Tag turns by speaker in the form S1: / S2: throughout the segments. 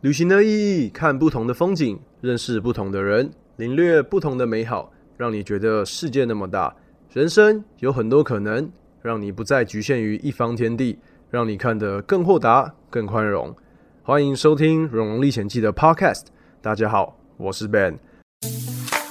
S1: 旅行的意义，看不同的风景，认识不同的人，领略不同的美好，让你觉得世界那么大，人生有很多可能，让你不再局限于一方天地，让你看得更豁达、更宽容。欢迎收听《荣荣历险记》的 Podcast。大家好，我是 Ben。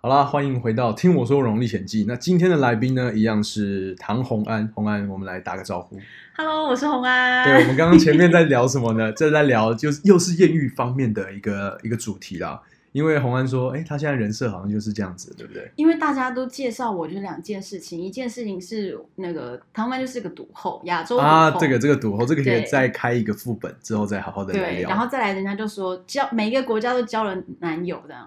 S1: 好啦，欢迎回到《听我说荣历险记》。那今天的来宾呢，一样是唐红安。红安，我们来打个招呼。
S2: Hello，我是红安。
S1: 对，我们刚刚前面在聊什么呢？ 这在聊就是又是艳遇方面的一个一个主题啦。因为红安说，哎、他现在人设好像就是这样子，对不对？
S2: 因为大家都介绍我，就两件事情，一件事情是那个唐曼就是个赌后，亚洲赌后
S1: 啊，这个这个赌后，这个可以
S2: 对
S1: 再开一个副本之后再好好的来
S2: 对，
S1: 聊。
S2: 然后再来人家就说交每一个国家都交了男友这样，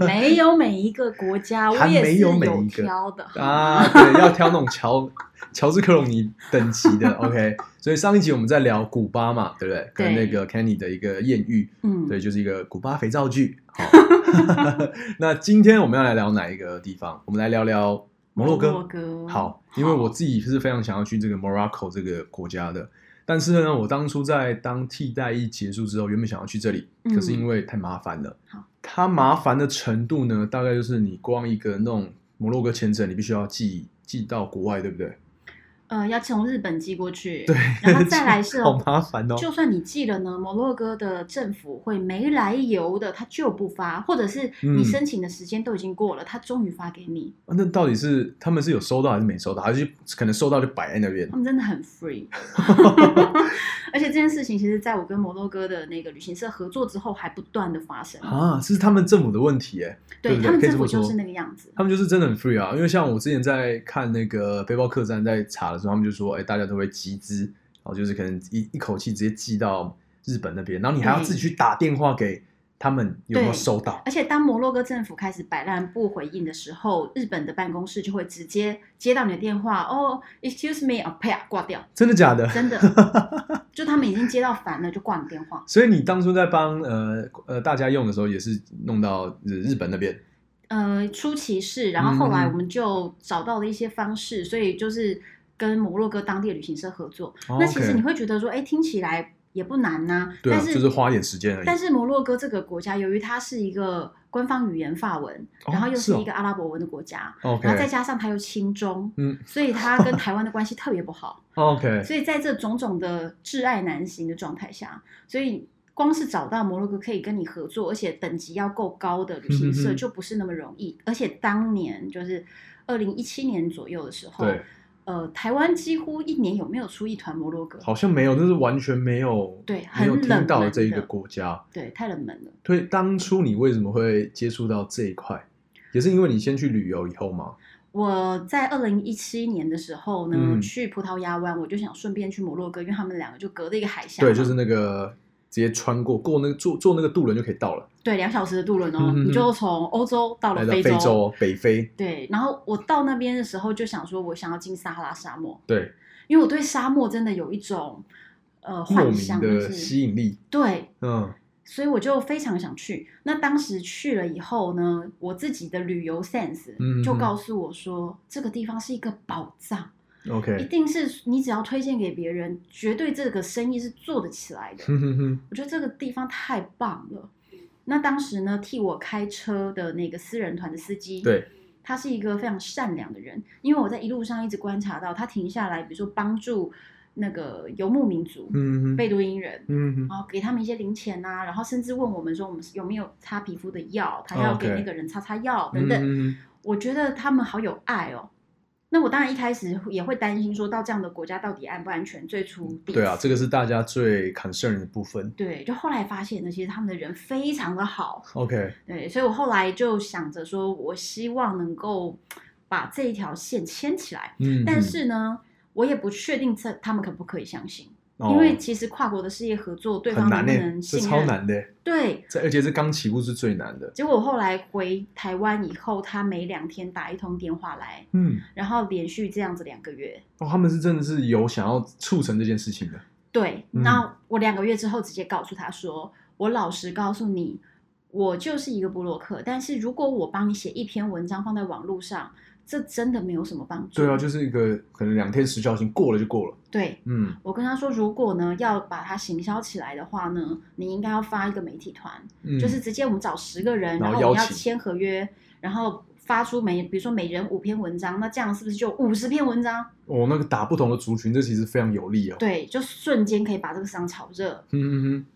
S2: 没有每一个国家，我
S1: 还
S2: 也是
S1: 没有每一个
S2: 挑的
S1: 啊，对，要挑那种乔乔治克隆尼等级的，OK。所以上一集我们在聊古巴嘛，对不对？跟那
S2: 对
S1: 个 Kenny 的一个艳遇，
S2: 嗯，
S1: 对，就是一个古巴肥皂剧。 好， 那今天我们要来聊哪一个地方？我们来聊聊摩洛哥。
S2: 摩洛哥
S1: 好，因为我自己是非常想要去这个 Morocco 这个国家的，但是呢，我当初在当替代役结束之后，原本想要去这里，
S2: 嗯
S1: 可是因为太麻烦了。
S2: 好
S1: 它麻烦的程度呢，大概就是你光一个那种摩洛哥签证，你必须要寄寄到国外，对不对？
S2: 呃，要从日本寄过 去，
S1: 对，
S2: 然后再来是
S1: 好麻烦哦。
S2: 啊就算你寄了呢，摩洛哥的政府会没来由的，他就不发，或者是
S1: 嗯
S2: 你申请的时间都已经过了，他终于发给你，
S1: 啊那到底是他们是有收到还是没收到，还是可能收到就摆在那边
S2: 他？们真的 很 free。而且这件事情，其实在我跟摩洛哥的那个旅行社合作之后，还不断的发生。
S1: 啊，是他们政府的问题哎，对
S2: 对
S1: 不对
S2: 他们
S1: 可以这
S2: 政府
S1: 么
S2: 就
S1: 说
S2: 是那个样子。
S1: 他们就是真的很 free 啊。因为像我之前在看那个背包客栈在查的时候，他们就说，哎、大家都会呃集资，然后就是可能一一口气直接寄到日本那边，然后你还要
S2: 对
S1: 自己去打电话给他们有没有
S2: 对
S1: 收到。
S2: 而且当摩洛哥政府开始摆烂不回应的时候，日本的办公室就会直接接到你的电话，哦，excuse me，啊，啪，挂掉，
S1: 真的假的？
S2: 真的， 就他们已经接到烦了，就挂你电话。
S1: 所以你当初在帮呃呃大家用的时候，也是弄到日日本那边
S2: 呃，初期是，然后后来
S1: 嗯
S2: 我们就找到了一些方式，所以就是跟摩洛哥当地的旅行社合作。
S1: 哦
S2: 那其实
S1: OK
S2: 你会觉得说，哎，听起来也不难呐、
S1: 对啊
S2: 但是
S1: 就是花点时间而已
S2: 但是摩洛哥这个国家，由于它是一个官方语言法文，
S1: 哦
S2: 然后又
S1: 是
S2: 是
S1: 哦
S2: 一个阿拉伯文的国家，
S1: ，OK
S2: 然后再加上它又亲中，
S1: 嗯
S2: 所以它跟台湾的关系特别不好。
S1: OK，
S2: 所以在这种种的挚爱难行的状态下，所以光是找到摩洛哥可以跟你合作，而且等级要够高的旅行
S1: 嗯哼
S2: 社
S1: 哼
S2: 就不是那么容易。而且当年就是二零一七年左右的时候，
S1: 对，
S2: 呃，台湾几乎一年有没有出一团摩洛哥？
S1: 好像没有，就是完全没有
S2: 对
S1: 没
S2: 很
S1: 有
S2: 冷
S1: 听到
S2: 门
S1: 这一个
S2: 的
S1: 国家。
S2: 对，太冷门了。
S1: 对，当初你为什么会接触到这一块？也是因为你先去旅游以后吗？
S2: 我在二零一七年的时候呢，
S1: 嗯
S2: 去葡萄牙湾，我就想顺便去摩洛哥，因为他们两个就隔着一个海峡嘛，
S1: 对，就是那个直接穿过过那个坐坐那个渡轮就可以到了，
S2: 对两小时的渡轮哦，
S1: 嗯哼哼
S2: 你就从欧洲到
S1: 来
S2: 了
S1: 到
S2: 非
S1: 非洲北非。
S2: 对，然后我到那边的时候就想说，我想要进撒哈拉沙漠，
S1: 对，
S2: 因为我对沙漠真的有一种呃
S1: 莫
S2: 幻
S1: 名
S2: 想，
S1: 的
S2: 就是
S1: 吸引力，
S2: 对，
S1: 嗯，
S2: 所以我就非常想去。那当时去了以后呢，我自己的旅游 sense
S1: 嗯
S2: 就
S1: 嗯
S2: 告诉我说，这个地方是一个宝藏，一
S1: OK，
S2: 定是你只要推荐给别人，绝对这个生意是做得起来的。
S1: 哼嗯哼哼，
S2: 我觉得这个地方太棒了。那当时呢，替我开车的那个私人团的司机，
S1: 对，
S2: 他是一个非常善良的人，因为我在一路上一直观察到他停下来，比如说帮助那个游牧民族、
S1: 嗯哼，
S2: 贝都因人，
S1: 嗯哼，
S2: 然后给他们一些零钱呐、然后甚至问我们说我们有没有擦皮肤的药，他要给
S1: 哦 OK
S2: 那个人擦擦药等
S1: 嗯
S2: 等。
S1: 哼，
S2: 我觉得他们好有爱哦。那我当然一开始也会担心，说到这样的国家到底安不安全？最初第一
S1: 对啊，
S2: 次
S1: 这个是大家最 concern 的部分。
S2: 对，就后来发现呢，其实他们的人非常的好，
S1: OK，
S2: 对，所以我后来就想着说，我希望能够把这一条线牵起来，
S1: 嗯，
S2: 但是呢，我也不确定这他们可不可以相信，
S1: 哦
S2: 因为其实跨国的事业合作，对
S1: 很难
S2: 方能不
S1: 呢，
S2: 能
S1: 这
S2: 信任？
S1: 超难的，
S2: 对，
S1: 这而且这刚起步是最难的。
S2: 结果我后来回台湾以后，他每两天打一通电话来，
S1: 嗯，
S2: 然后连续这样子两个月。
S1: 哦，他们是真的是有想要促成这件事情的。
S2: 对，
S3: 嗯
S2: 那我两个月之后直接告诉他说，我老实告诉你，我就是一个布洛克，但是如果我帮你写一篇文章放在网络上，这真的没有什么帮助。
S1: 对啊，就是一个可能两天时效性过了就过了。
S2: 对
S1: 嗯，
S2: 我跟他说，如果呢要把它行销起来的话呢，你应该要发一个媒体团，
S1: 嗯
S2: 就是直接我们找十个人，
S1: 然
S2: 然
S1: 后
S2: 后我们
S1: 邀
S2: 要
S1: 请
S2: 签合约，然后发出每比如说每人五篇文章，那这样是不是就五十篇文章？
S1: 哦，那个打不同的族群，这其实非常有利哦。
S2: 对，就瞬间可以把这个市场炒热。
S1: 嗯嗯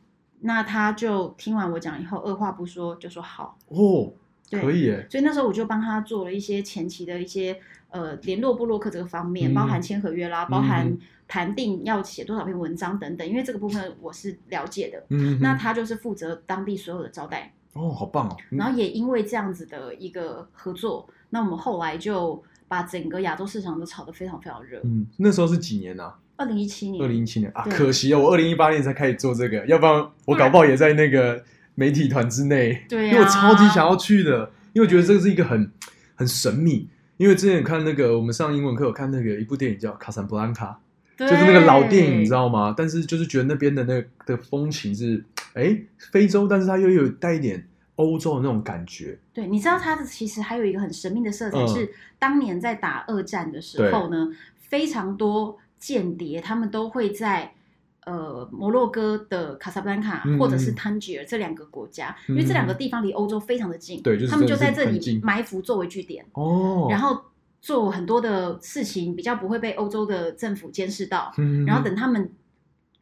S2: 那他就听完我讲以后，二话不说就说好。
S1: 嗯，哦，
S2: 对，
S1: 可以耶，
S2: 所以那时候我就帮他做了一些前期的一些呃联络部落客这个方面，
S1: 嗯
S2: 包含签合约啦，包含
S1: 嗯
S2: 谈定要写多少篇文章等等，因为这个部分我是了解的。
S1: 嗯，嗯嗯
S2: 那他就是负责当地所有的招待，
S1: 哦，好棒哦。嗯
S2: 然后也因为这样子的一个合作，那我们后来就把整个亚洲市场都炒得非常非常热。
S1: 嗯，那时候是几年啊？
S2: 二零一七年，
S1: 二零一七年啊，
S2: 对
S1: 可惜啊，我二零一八年才开始做这个，要不然我搞不好也在那个媒体团之内，
S2: 对、啊，
S1: 因为我超级想要去的，因为我觉得这个是一个很很神秘。因为之前有看那个我们上英文课有看那个一部电影叫《卡萨布兰卡》，
S2: 对，
S1: 就是那个老电影，你知道吗？但是就是觉得那边的那个的风情是，哎，非洲，但是它又有带一点欧洲的那种感觉。
S2: 对，你知道它的其实还有一个很神秘的色彩
S1: 嗯
S2: 是，当年在打二战的时候呢，非常多间谍他们都会在呃摩洛哥的卡萨布兰卡
S1: 嗯
S2: 或者是坦吉尔这两个国家，
S1: 嗯
S2: 因为这两个地方离欧洲非常的近，
S1: 对就是
S2: 他们
S1: 真的
S2: 就在
S1: 是
S2: 这
S1: 很
S2: 里
S1: 近
S2: 埋伏作为据点，
S1: 哦，
S2: 然后做很多的事情比较不会被欧洲的政府监视到，
S1: 嗯，
S2: 然后等他们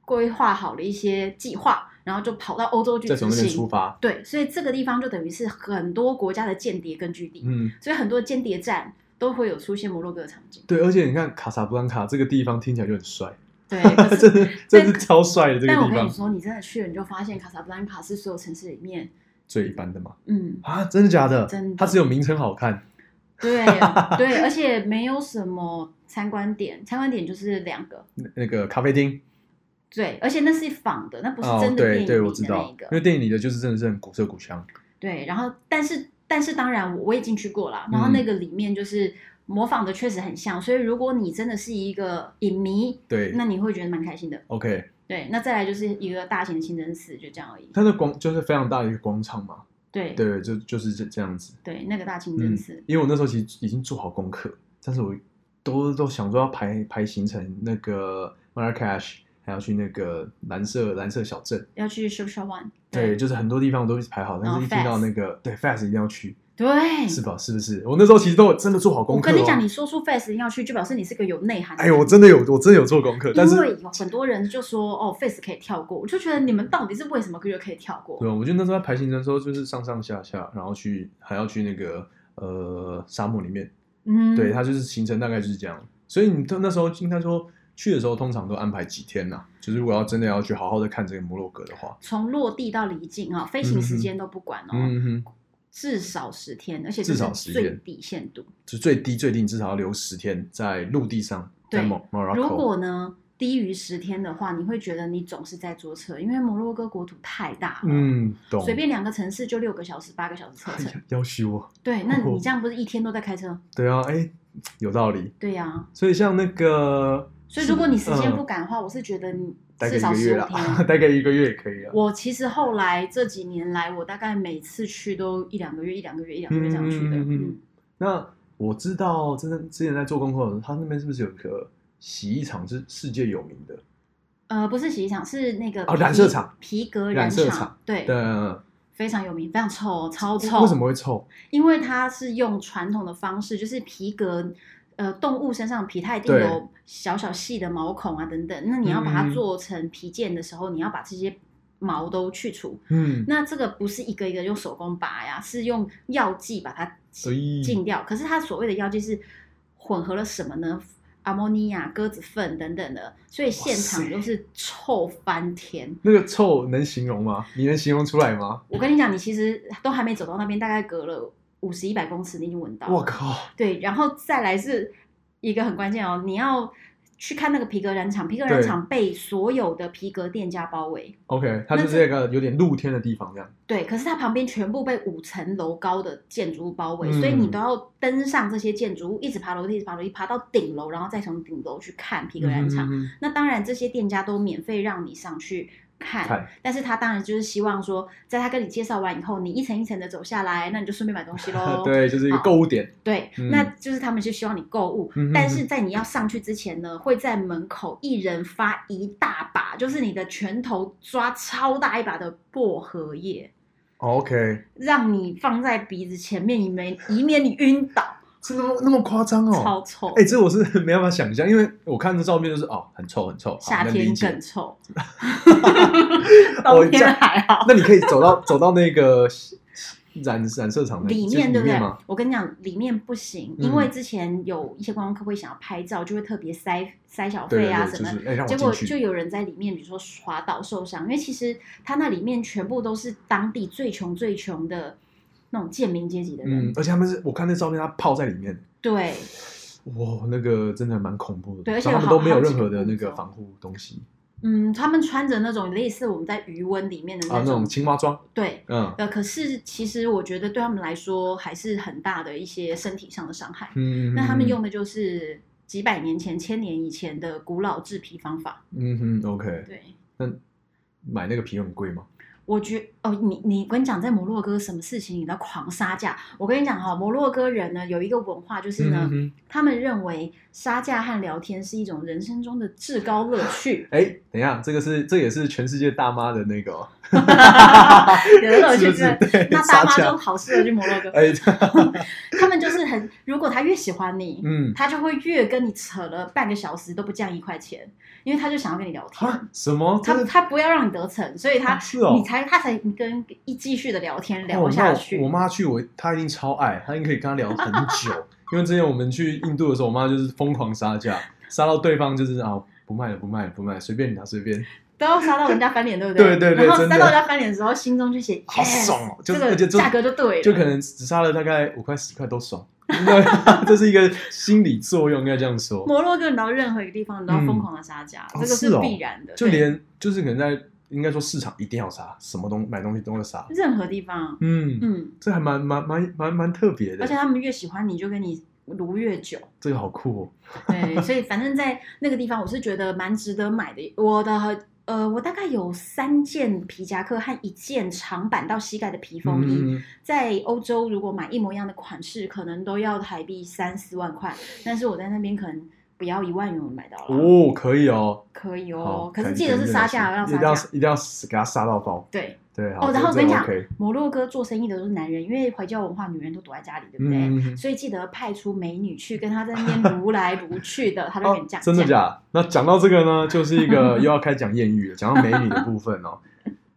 S2: 规划好了一些计划，然后就跑到欧洲去
S1: 再
S2: 执
S1: 从那边出
S2: 行。
S1: 发，
S2: 对，所以这个地方就等于是很多国家的间谍根据地，
S1: 嗯，
S2: 所以很多间谍战都会有出现摩洛哥的场 景。
S1: 对，而且你看卡萨布兰卡这个地方听起来就很帅，
S2: 对，可
S1: 真
S2: 是
S1: 的真的是超帅的这个
S2: 但我
S1: 地
S2: 跟你
S1: 方，
S2: 说，你真的去了，你就发现卡萨布兰卡是所有城市里面，
S1: 最一般的嘛
S2: 嗯，
S1: 啊，真的假的？
S2: 真的
S1: 它只有名称好看，
S2: 对对，而且没有什么参观点，参观点就是两个。
S1: 那那个咖啡厅
S2: 对，而且那是仿的，那不是
S1: 哦
S2: 真，的电
S1: 对
S2: 影
S1: 对，我
S2: 里
S1: 知
S2: 的那
S1: 道，
S2: 一
S1: 因
S2: 个。
S1: 为电影里的就是真的是很古色古香，
S2: 对，然后但是但是当然我我也进去过啦，然后
S1: 嗯
S2: 那个里面就是模仿的确实很像，所以如果你真的是一个影迷，
S1: 对
S2: 那你会觉得蛮开心的。
S1: ，OK，
S2: 对，那再来就是一个大型的清真寺，就这样而已。
S1: 它的广就是非常大的一个广场嘛，
S2: 对
S1: 对，就就是这这样子。
S2: 对那个大清真
S1: 嗯
S2: 寺，，
S1: 因为我那时候其实已经做好功课，但是我都都想说要排排行程，那个 Marrakesh，还要去那个蓝色蓝色小镇，
S2: 要去 s h u s h a w a n
S1: 对，就是很多地方我都排好，但
S2: 然后
S1: 是一听到
S2: Fas
S1: 那个对 Fast 一定要去，
S2: 对，
S1: 是吧？是不是？我那时候其实都有真的做好功
S2: 嗯我
S1: 课、哦。
S2: 跟你讲，你说出 Face 要去，就表示你是个有内涵的
S1: 哎
S2: 人。
S1: 呦，我真的有我真的有做功课，但是
S2: 因为有很多人就说哦，Face 可以跳过，我就觉得你们到底是为什么可以可以跳过？
S1: 对，啊我觉得那时候在排行程的时候就是上上下下，然后去还要去那个呃沙漠里面，
S2: 嗯，
S1: 对，它就是行程大概就是这样。所以你到那时候应该说去的时候，通常都安排几天呐、就是如果要真的要去好好的看这个摩洛哥的话，
S2: 从落地到离境啊，飞行时间都不管哦，
S1: 嗯哼，
S2: 至少十天，而且
S1: 至少
S2: 这是
S1: 10天
S2: 最底限度。
S1: 就最低最低你至少要留十天在陆地上，在
S2: 对
S1: Mo- Morocco。
S2: 如果呃呢低于十天的话，你会觉得你总是在坐车，因为摩洛哥国土太大了，，
S1: 嗯，懂，哎
S2: 随便两个城市就六个小时、八个小时车程。
S1: 要许我，
S2: 对，那
S1: 哦
S2: 你这样不是一天都在开车？
S1: 对啊，哎，有道理。
S2: 对呀、
S1: 所以像那个，
S2: 所以如果你时间不
S1: 嗯
S2: 赶的话，我是觉得你
S1: 大概
S2: 至
S1: 一
S2: 少
S1: 个
S2: 十
S1: 月
S2: 五
S1: 啦，
S2: 天。
S1: 大概一个月也可以啊嗯了。
S2: 我其实后来这几年来，我大概每次去都一两个月、一两个月、一两个月这样去的。
S1: 嗯嗯嗯
S2: 嗯，
S1: 那我知道，真的之前在做功课的时候，他那边是不是有一个洗衣厂是世界有名的？
S2: 呃，不是洗衣厂，是那个
S1: 哦染
S2: 皮
S1: 色厂，
S2: 皮革
S1: 染色厂，
S2: 对，
S1: 对，
S2: 非常有名，非常臭，哦超臭。
S1: 为什么会臭？
S2: 因为它是用传统的方式，就是皮革，呃，动物身上的皮它一定
S1: 对
S2: 有小小细的毛孔啊等等。那你要把它
S1: 嗯
S2: 做成皮件的时候，你要把这些毛都去除。
S1: 嗯，
S2: 那这个不是一个一个用手工拔呀，是用药剂把
S1: 哎
S2: 它
S1: 咦
S2: 浸掉。可是它所谓的药剂是混合了什么呢？阿莫尼亚、鸽子粪等等的，所以现
S1: 哇
S2: 场
S1: 塞
S2: 都是臭翻天。
S1: 那个臭能形容吗？你能形容出来吗？
S2: 我跟你讲，你其实都还没走到那边，大概隔了五十一百公尺，你已经闻到了。
S1: 我靠，
S2: 对，然后再来是一个很关键哦，你要去看那个皮革染厂，皮革染
S1: 对
S2: 厂被所有的皮革店家包围。
S1: OK，它就
S2: 那
S1: 是
S2: 这
S1: 一个有点露天的地方这样。
S2: 对，可是它旁边全部被五层楼高的建筑物包围，所以
S1: 嗯
S2: 你都要登上这些建筑物，一直爬楼梯，一直爬楼梯，爬到顶楼，然后再从顶楼去看皮革染厂。
S1: 嗯
S2: 那当然，这些店家都免费让你上去看，
S1: 看
S2: 但是他当然就是希望说，在他跟你介绍完以后，你一层一层的走下来，那你就顺便买东西 喽。
S1: 对，就是一个购物点。
S2: 对
S1: 嗯
S2: 那就是他们就希望你购物，
S1: 嗯哼
S2: 但是在你要上去之前呢，会在门口一人发一大把，就是你的拳头抓超大一把的薄荷叶，
S1: 哦 OK，
S2: 让你放在鼻子前面，以免以免你晕倒，
S1: 是那么那么夸张哦？
S2: 超臭。
S1: 哎、这我是没办法想象，因为我看这照片就是哦，很臭很臭，好
S2: 夏
S1: 能
S2: 天
S1: 理解
S2: 更臭，
S1: 哦
S2: 冬
S1: 这
S2: 天
S1: 样
S2: 还好。
S1: 那你可以走到走到那个染染色场的
S2: 里
S1: 就是
S2: 面对不对
S1: 吗？？
S2: 我跟你讲，里面不行，
S1: 嗯
S2: 因为之前有一些观光客会想要拍照，就会特别塞塞小
S1: 对
S2: 费
S1: 对
S2: 啊
S1: 对，
S2: 什
S1: 就
S2: 么的。
S1: 是哎、让
S2: 结
S1: 我
S2: 果
S1: 进
S2: 就
S1: 去。
S2: 有人在里面，比如说滑倒受伤，因为其实它那里面全部都是当地最穷最穷的那种贱民阶级的人。
S1: 嗯，而且他们是我看那照片，他泡在里面，
S2: 对
S1: 哇，那个真的蛮恐怖的。
S2: 对而且
S1: 然后他们都没有
S2: 有好好几
S1: 任何
S2: 个
S1: 的
S2: 步
S1: 那个
S2: 骤
S1: 防护东西
S2: 嗯，他们穿着那种类似我们在渔温里面的
S1: 啊，那
S2: 种，
S1: 种青蛙装，
S2: 对。
S1: 嗯
S2: 呃，可是其实我觉得对他们来说还是很大的一些身体上的伤害。
S1: 嗯。
S2: 那他们
S1: 嗯
S2: 用的就是几百年前、千年以前的古老制皮方法。
S1: 嗯哼，OK，
S2: 对，
S1: 那买那个皮很贵吗？
S2: 我觉哦，你你我跟你讲，在摩洛哥什么事情你都狂杀价。我跟你讲哈、摩洛哥人呢有一个文化，就是呢，
S1: 嗯哼，。
S2: 他们认为杀价和聊天是一种人生中的至高乐 趣
S1: 哎、等一下，这个是这也是全世界大妈的那个、哦，
S2: 有的 乐
S1: 是
S2: 趣
S1: 不是
S2: 真？的，
S1: 对，
S2: 那大妈
S1: 杀价
S2: 都好适合去 摩洛哥。
S1: 哎，
S2: 他们就是很，如果他越喜欢你，
S1: 嗯，
S2: 他就会越跟你扯了半个小时都不降一块钱，因为他就想要跟你聊天。
S1: 啊，什么？
S2: 他
S1: 真的
S2: 他不要让你得逞，所以他、
S1: 啊是哦
S2: 你才他才跟一继续的聊天聊
S1: 哦那
S2: 下
S1: 我
S2: 去。
S1: 我妈去我，她一定超爱，她一定可以跟她聊很久。因为之前我们去印度的时候，我妈就是疯狂杀价，杀到对方就是啊不卖了，不卖了，不卖了，随便你拿，啊随便。
S2: 都要杀到人家翻脸，对不对
S1: 对对对
S2: 然后
S1: 真的
S2: 杀到人家翻脸的时候，心中就写
S1: 好
S2: yes，
S1: 爽哦就
S2: 这
S1: 是
S2: 个
S1: 而且这
S2: 价格就对了，
S1: 就可能只杀了大概五块十块都爽。 那这是一个心理作用，应该这样说。
S2: 摩洛哥你到任何一个地方，你都要疯狂的杀价，
S1: 嗯
S2: 这个
S1: 哦是哦
S2: 必然的。
S1: 就
S2: 对
S1: 连就是可能在应该说市场一定要杀，什么东买东西都要杀。
S2: 任何地方，
S1: 嗯，
S2: 嗯，
S1: 这还蛮蛮蛮蛮蛮特别的
S2: 而且，他们越喜欢你，就跟你撸 越久。
S1: 这个好酷哦。
S2: 对，所以反正在那个地方，我是觉得蛮值得买的。我的呃，我大概有三件皮夹克和一件长版到膝盖的披风衣。
S1: 嗯，
S2: 在欧洲如果买一模一样的款式，可能都要台币三四万块，但是我在那边可能不要一万元我买到了，
S1: 哦，可以哦。
S2: 可以
S1: 好
S2: 哦。可是记得是杀价，要
S1: 一定要
S2: 杀价。
S1: 一定要给他杀到爆。
S2: 对
S1: 对，好
S2: 哦，然后我
S1: 这
S2: 跟
S1: 个
S2: 你讲
S1: OK，
S2: 摩洛哥做生意的都是男人，因为怀旧文化，女人都躲在家里，对不对？
S1: 嗯，
S2: 所以记得派出美女去跟他在那边撸来撸去的，他就跟你讲、
S1: 哦真的假的？那讲到这个 呢，就是一个又要开讲艳遇了，讲到美女的部分哦。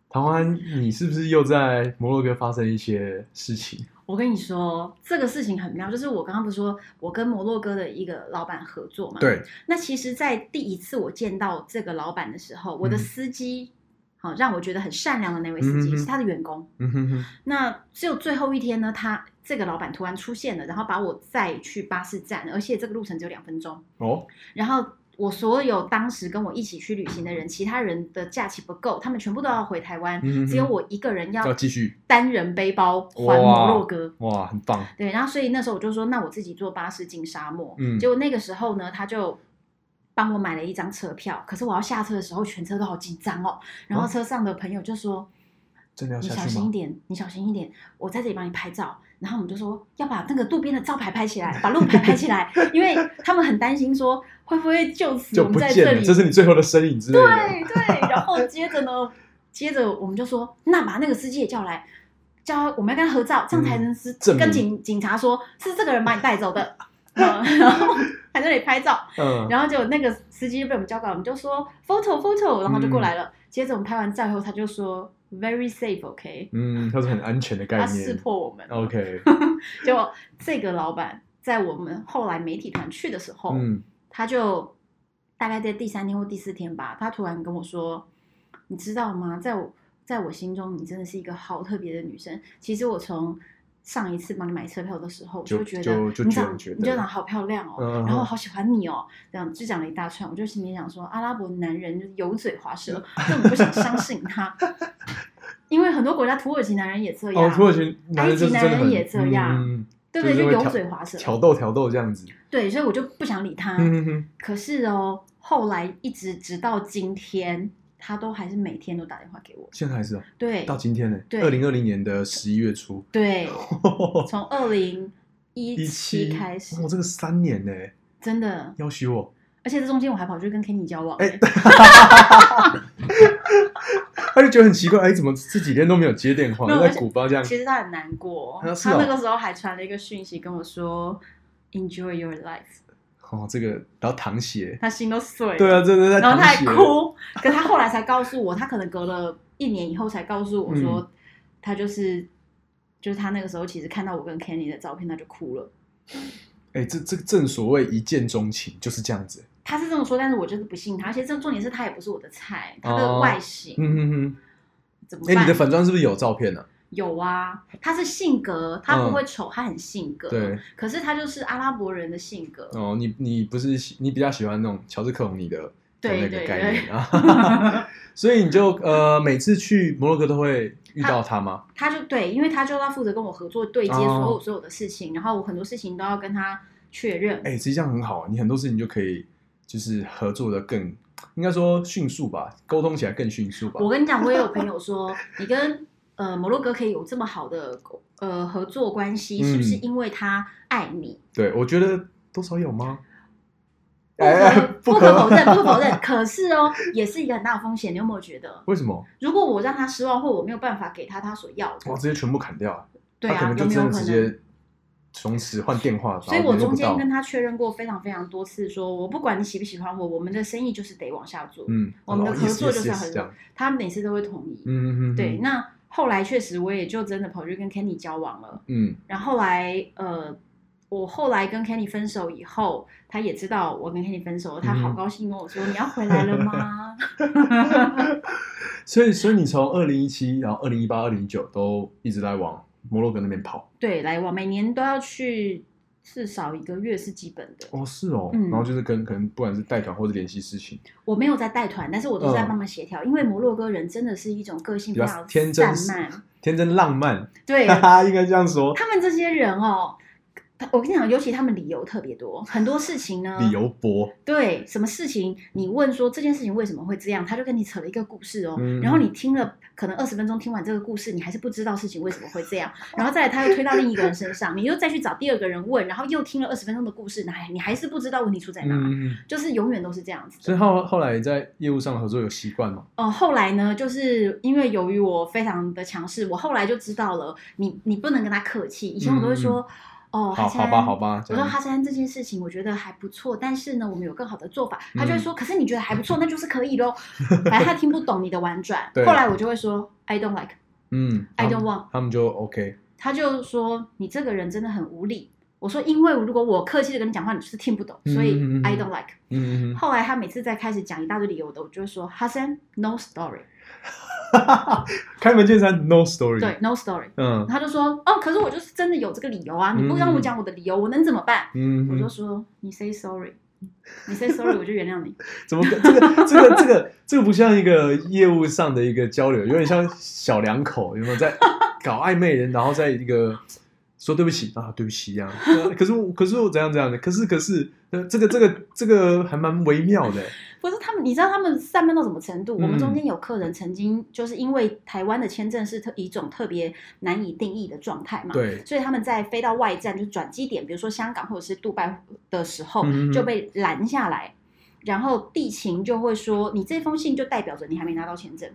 S1: 唐欢，你是不是又在摩洛哥发生一些事情？
S2: 我跟你说，这个事情很妙，就是我刚刚不是说我跟摩洛哥的一个老板合作嘛？。
S1: 对，
S2: 那其实，在第一次我见到这个老板的时候，我的
S1: 嗯
S2: 司机，好、让我觉得很善良的那位司
S1: 嗯
S2: 机、
S1: 嗯嗯
S2: 是他的员工。
S1: 嗯哼哼，
S2: 那只有最后一天呢，他这个老板突然出现了，然后把我载去巴士站，而且这个路程只有两分钟。
S1: 哦，
S2: 然后我所有当时跟我一起去旅行的人，其他人的假期不够，他们全部都要回台湾，
S1: 嗯嗯嗯
S2: 只有我一个人
S1: 要
S2: 要
S1: 继续，
S2: 单人背包环摩洛哥。
S1: 哇，很棒，
S2: 对，然后所以那时候我就说，那我自己坐巴士进沙漠。
S1: 嗯
S2: 结果那个时候呢，他就帮我买了一张车票，可是我要下车的时候，全车都好紧张哦。然后
S1: 哦
S2: 车上的朋友就说：“
S1: 真的要
S2: 你
S1: 下
S2: 小
S1: 去
S2: 心一
S1: 吗？
S2: 点，你小心一点，我在这里帮你拍照。”然后我们就说要把那个路边的招牌拍起来，把路牌拍起 来，因为他们很担心说会不会就此
S1: 就
S2: 我
S1: 不
S2: 们在
S1: 见了，
S2: 里
S1: 这是你最后的身影之类的。
S2: 对对，然后接着 呢，接着我们就说，那把那个司机也叫来，叫他我们要跟他合照，这样才能是、
S1: 证明
S2: 跟警警察说是这个人把你带走的， 嗯、然后还在那里拍照，
S1: 嗯，
S2: 然后就那个司机就被我们叫过来，我们就说 photo photo，然后就过来了。
S1: 嗯
S2: 接着我们拍完照以后，他就说 very safe，OK，、
S1: 嗯，它是很安全的概
S2: 他识
S1: 念。哦
S2: 破我们。
S1: OK，
S2: 结果这个老板在我们后来媒体团去的时候，
S1: 嗯，
S2: 他就大概在第三天或第四天吧，他突然跟我说：“你知道吗？在我在我心中，你真的是一个好特别的女生。其实我从上一次帮你买车票的时候，我
S1: 就
S2: 会觉
S1: 就
S2: 得
S1: 就
S2: 你
S1: 觉得
S2: 长
S1: 觉
S2: 你
S1: 得
S2: 就长好漂亮哦，
S1: 嗯
S2: 然后我好喜欢你哦，这样就讲了一大串，我就心里想说，阿拉伯男人就是油嘴滑舌，
S1: 嗯
S2: 根本不想相信他， 因为很多国家土耳其男人也这样，
S1: 哦，土耳其男人就是真的
S2: 埃及男人
S1: 很
S2: 也这样嗯
S1: 嗯嗯嗯
S2: 对不
S1: 就
S2: 对？
S1: 是
S2: 就
S1: 会
S2: 油
S1: 挑
S2: 嘴滑舌，
S1: 挑逗挑逗这样子，
S2: 对，所以我就不想理他。
S1: 嗯哼哼，
S2: 可是哦，后来一直直到今天，他都还是每天都打电话给我。
S1: 现在还是啊
S2: 对
S1: 到今天呢，
S2: 对
S1: 二零二零年的十一月初，
S2: 对，从二零一七开始，
S1: 哦我这个三年呢，
S2: 真的，
S1: 要许我，
S2: 而且这中间我还跑去跟 Kenny 交往、
S1: 哎
S2: 哎，
S1: 他就觉得很奇怪，哎，怎么这几天都没有接电话？
S2: 没有
S1: 在
S2: 而且
S1: 古巴这样，
S2: 其实他很难过，
S1: 啊是
S2: 他
S1: 哦
S2: 那个时候还传了一个讯息跟我说 “Enjoy your life”，
S1: 哦，这个然后淌血，
S2: 他心都碎了。
S1: 对啊，这这在
S2: 然后
S1: 淌
S2: 他还
S1: 血，
S2: 哭，可他后来才告诉我，他可能隔了一年以后才告诉我说，
S1: 嗯
S2: 他就是就是他那个时候其实看到我跟 Kenny 的照片，他就哭了。
S1: 哎，这这正所谓一见钟情就是这样子，
S2: 他是这么说，但是我就是不信他。而且这重点是他也不是我的菜，他
S1: 哦
S2: 的外形、
S1: 嗯哼哼，
S2: 怎么
S1: 哎，
S2: 办？
S1: 你的粉妆是不是有照片呢？
S2: 有啊，他是性格，他
S1: 嗯
S2: 不会丑，他很性格。
S1: 对，
S2: 可是他就是阿拉伯人的性格。
S1: 哦，你你不是喜你比较喜欢那种乔治克隆尼的的
S2: 对
S1: 那
S2: 对
S1: 个
S2: 对
S1: 概念啊， 所以你就呃每次去摩洛哥都会遇到他吗？
S2: 他就对，因为他就要负责跟我合作对接
S1: 哦
S2: 所有所有的事情，然后我很多事情都要跟他确认。
S1: 哎、实际上很好啊，你很多事情就可以就是合作的更，应该说迅速吧，沟通起来更迅速吧。
S2: 我跟你讲，我也有朋友说，你跟呃摩洛哥可以有这么好的呃合作关系，是不是
S1: 嗯
S2: 因为他爱你？
S1: 对，我觉得多少有吗？
S2: 不
S1: 哎
S2: 可、不可否认，不可否认。可是哦，也是一个很大的风险。你有没有觉得，
S1: 为什么？
S2: 如果我让他失望，或我没有办法给他他所要的
S1: 我，直接全部砍掉啊，
S2: 对
S1: 他可
S2: 啊，
S1: 能
S2: 有
S1: 就
S2: 没有
S1: 真的
S2: 可
S1: 直
S2: 能？
S1: 接从此换电话，
S2: 所以
S1: 然后
S2: 我
S1: 联络
S2: 中
S1: 不
S2: 间
S1: 到。
S2: 跟他确认过非常非常多次说，我不管你喜不喜欢我，我们的生意就是得往下做。
S1: 嗯，
S2: 我们的
S1: 然后
S2: 合
S1: yes,
S2: 作
S1: yes,
S2: 就是
S1: yes，
S2: 很
S1: 这样，
S2: 他每次都会同意。
S1: 嗯嗯嗯，
S2: 对，，那后来确实我也就真的跑去跟 Kenny 交往了。
S1: 嗯，
S2: 然后后来呃，我后来跟 Kenny 分手以后，他也知道我跟 Kenny 分手了，他好
S1: 嗯
S2: 高兴跟哦我说：“你要回来了吗
S1: 所以所以你从二零一七，然后二零一八、二零一九都一直在往摩洛哥那边跑，？”
S2: 对，来往每年都要去至少一个月是基本的。
S1: 哦，是哦，
S2: 嗯
S1: 然后就是跟可能不管是带团或者联系事情，
S2: 我没有在带团，但是我都是在
S1: 嗯
S2: 帮忙协调，因为摩洛哥人真的是一种个性
S1: 比
S2: 非常
S1: 较天真
S2: 散漫，
S1: 天真浪漫，
S2: 对，
S1: 哈哈，应该这样说，
S2: 他们这些人哦。我跟你讲，尤其他们理由特别多，很多事情呢，
S1: 理由博，
S2: 对，什么事情你问说这件事情为什么会这样，他就跟你扯了一个故事哦，
S1: 嗯
S2: 然后你听了可能二十分钟，听完这个故事，你还是不知道事情为什么会这样，然后再来他又推到另一个人身上，你又再去找第二个人问，然后又听了二十分钟的故事，那还你还是不知道问题出在哪，
S1: 嗯，
S2: 就是永远都是这样子
S1: 所
S2: 的。
S1: 以后后来在业务上的合作有习惯吗？
S2: 呃，后来呢，就是因为由于我非常的强势，我后来就知道了，你你不能跟他客气，以前我都会说，哦，
S1: 嗯好，
S2: 哈
S1: 好
S2: 山
S1: 吧，好吧，这
S2: 我说
S1: 样
S2: 哈山这件事情，我觉得还不错，但是呢，我们有更好的做法。他就
S1: 嗯
S2: 会说，可是你觉得还不错，那就是可以咯。反正他听不懂你的婉转。
S1: 对
S2: 后来我就会说，I don't like，
S1: 嗯
S2: I
S1: 他们
S2: don't want
S1: 他们就 OK，
S2: 他就说你这个人真的很无理。我说，因为如果我客气的跟你讲话，你就是听不懂，所以
S1: 嗯嗯嗯嗯
S2: I don't like。
S1: 嗯，嗯
S2: 后来他每次再开始讲一大堆理由的，我就会说哈森 no story，
S1: 嗯开门见山，no story，
S2: 对，no story。
S1: 嗯
S2: 他就说哦，可是我就是真的有这个理由啊，你不让我讲我的理由，我能怎么办？
S1: 嗯，
S2: 我就
S1: 嗯
S2: 说你 say sorry，你 say sorry 我就原谅你。
S1: 怎么跟这个这个这个这个不像一个业务上的一个交流，有点像小两口有没有在 搞暧昧人，然后在一个。说对不起啊，对不起一样。呃可是我，可是我怎样怎样的，可是可是，呃，这个这个这个还蛮微妙的。
S2: 不是他们，你知道他们散漫到什么程度？
S1: 嗯
S2: 我们中间有客人曾经就是因为台湾的签证是特一种特别难以定义的状态嘛，
S1: 对，
S2: 所以他们在飞到外站就转机点，比如说香港或者是杜拜的时候
S1: 嗯
S2: 就被拦下来，然后地勤就会说你这封信就代表着你还没拿到签证。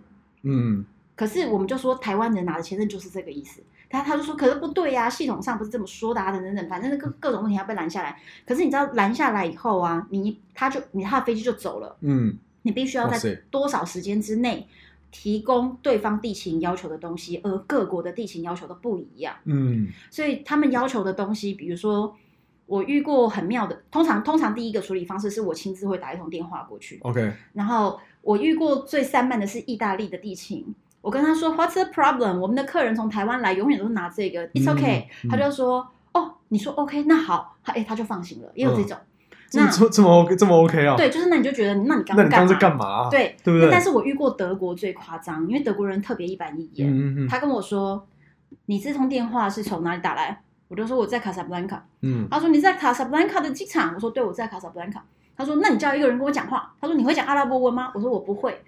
S1: 嗯，
S2: 可是我们就说台湾人拿的签证就是这个意思，他他就说可是不对呀、系统上不是这么说的啊，等等等，反正各各种问题要被拦下来。可是你知道拦下来以后啊，你他就你他的飞机就走了。
S1: 嗯，
S2: 你必须要
S1: 哇
S2: 在
S1: 塞
S2: 多少时间之内提供对方地勤要求的东西，而各国的地勤要求都不一样，
S1: 嗯，
S2: 所以他们要求的东西，比如说我遇过很妙的，通常通常第一个处理方式是我亲自会打一通电话过去，
S1: OK，
S2: 然后我遇过最散漫的是意大利的地勤，我跟他说 What's the problem？我们的客人从台湾来，永远都是拿这个，It's OK、
S1: 嗯嗯
S2: 他就说哦，你说 OK，那好，他哎、他就放心了，也有这种。
S1: 这么
S2: 那
S1: 这这么 OK 这么 OK 啊？
S2: 对，就是那你就觉得，那你刚
S1: 那你刚
S2: 刚
S1: 这
S2: 干
S1: 干
S2: 嘛？
S1: 嘛啊？
S2: 对，
S1: 对不
S2: 那
S1: 对
S2: 但是我遇过德国最夸张，因为德国人特别一板一
S1: 嗯
S2: 眼。
S1: 嗯嗯
S2: 他跟我说：“你这通电话是从哪里打来？”我就说：“我在卡萨布兰卡。”
S1: 嗯，
S2: 他说：“你在卡萨布兰卡的机场？”我说：“对，我在卡萨布兰卡。”他说：“那你叫一个人跟我讲话。”他说：“你会讲阿拉伯文吗？”我说：“我不会。”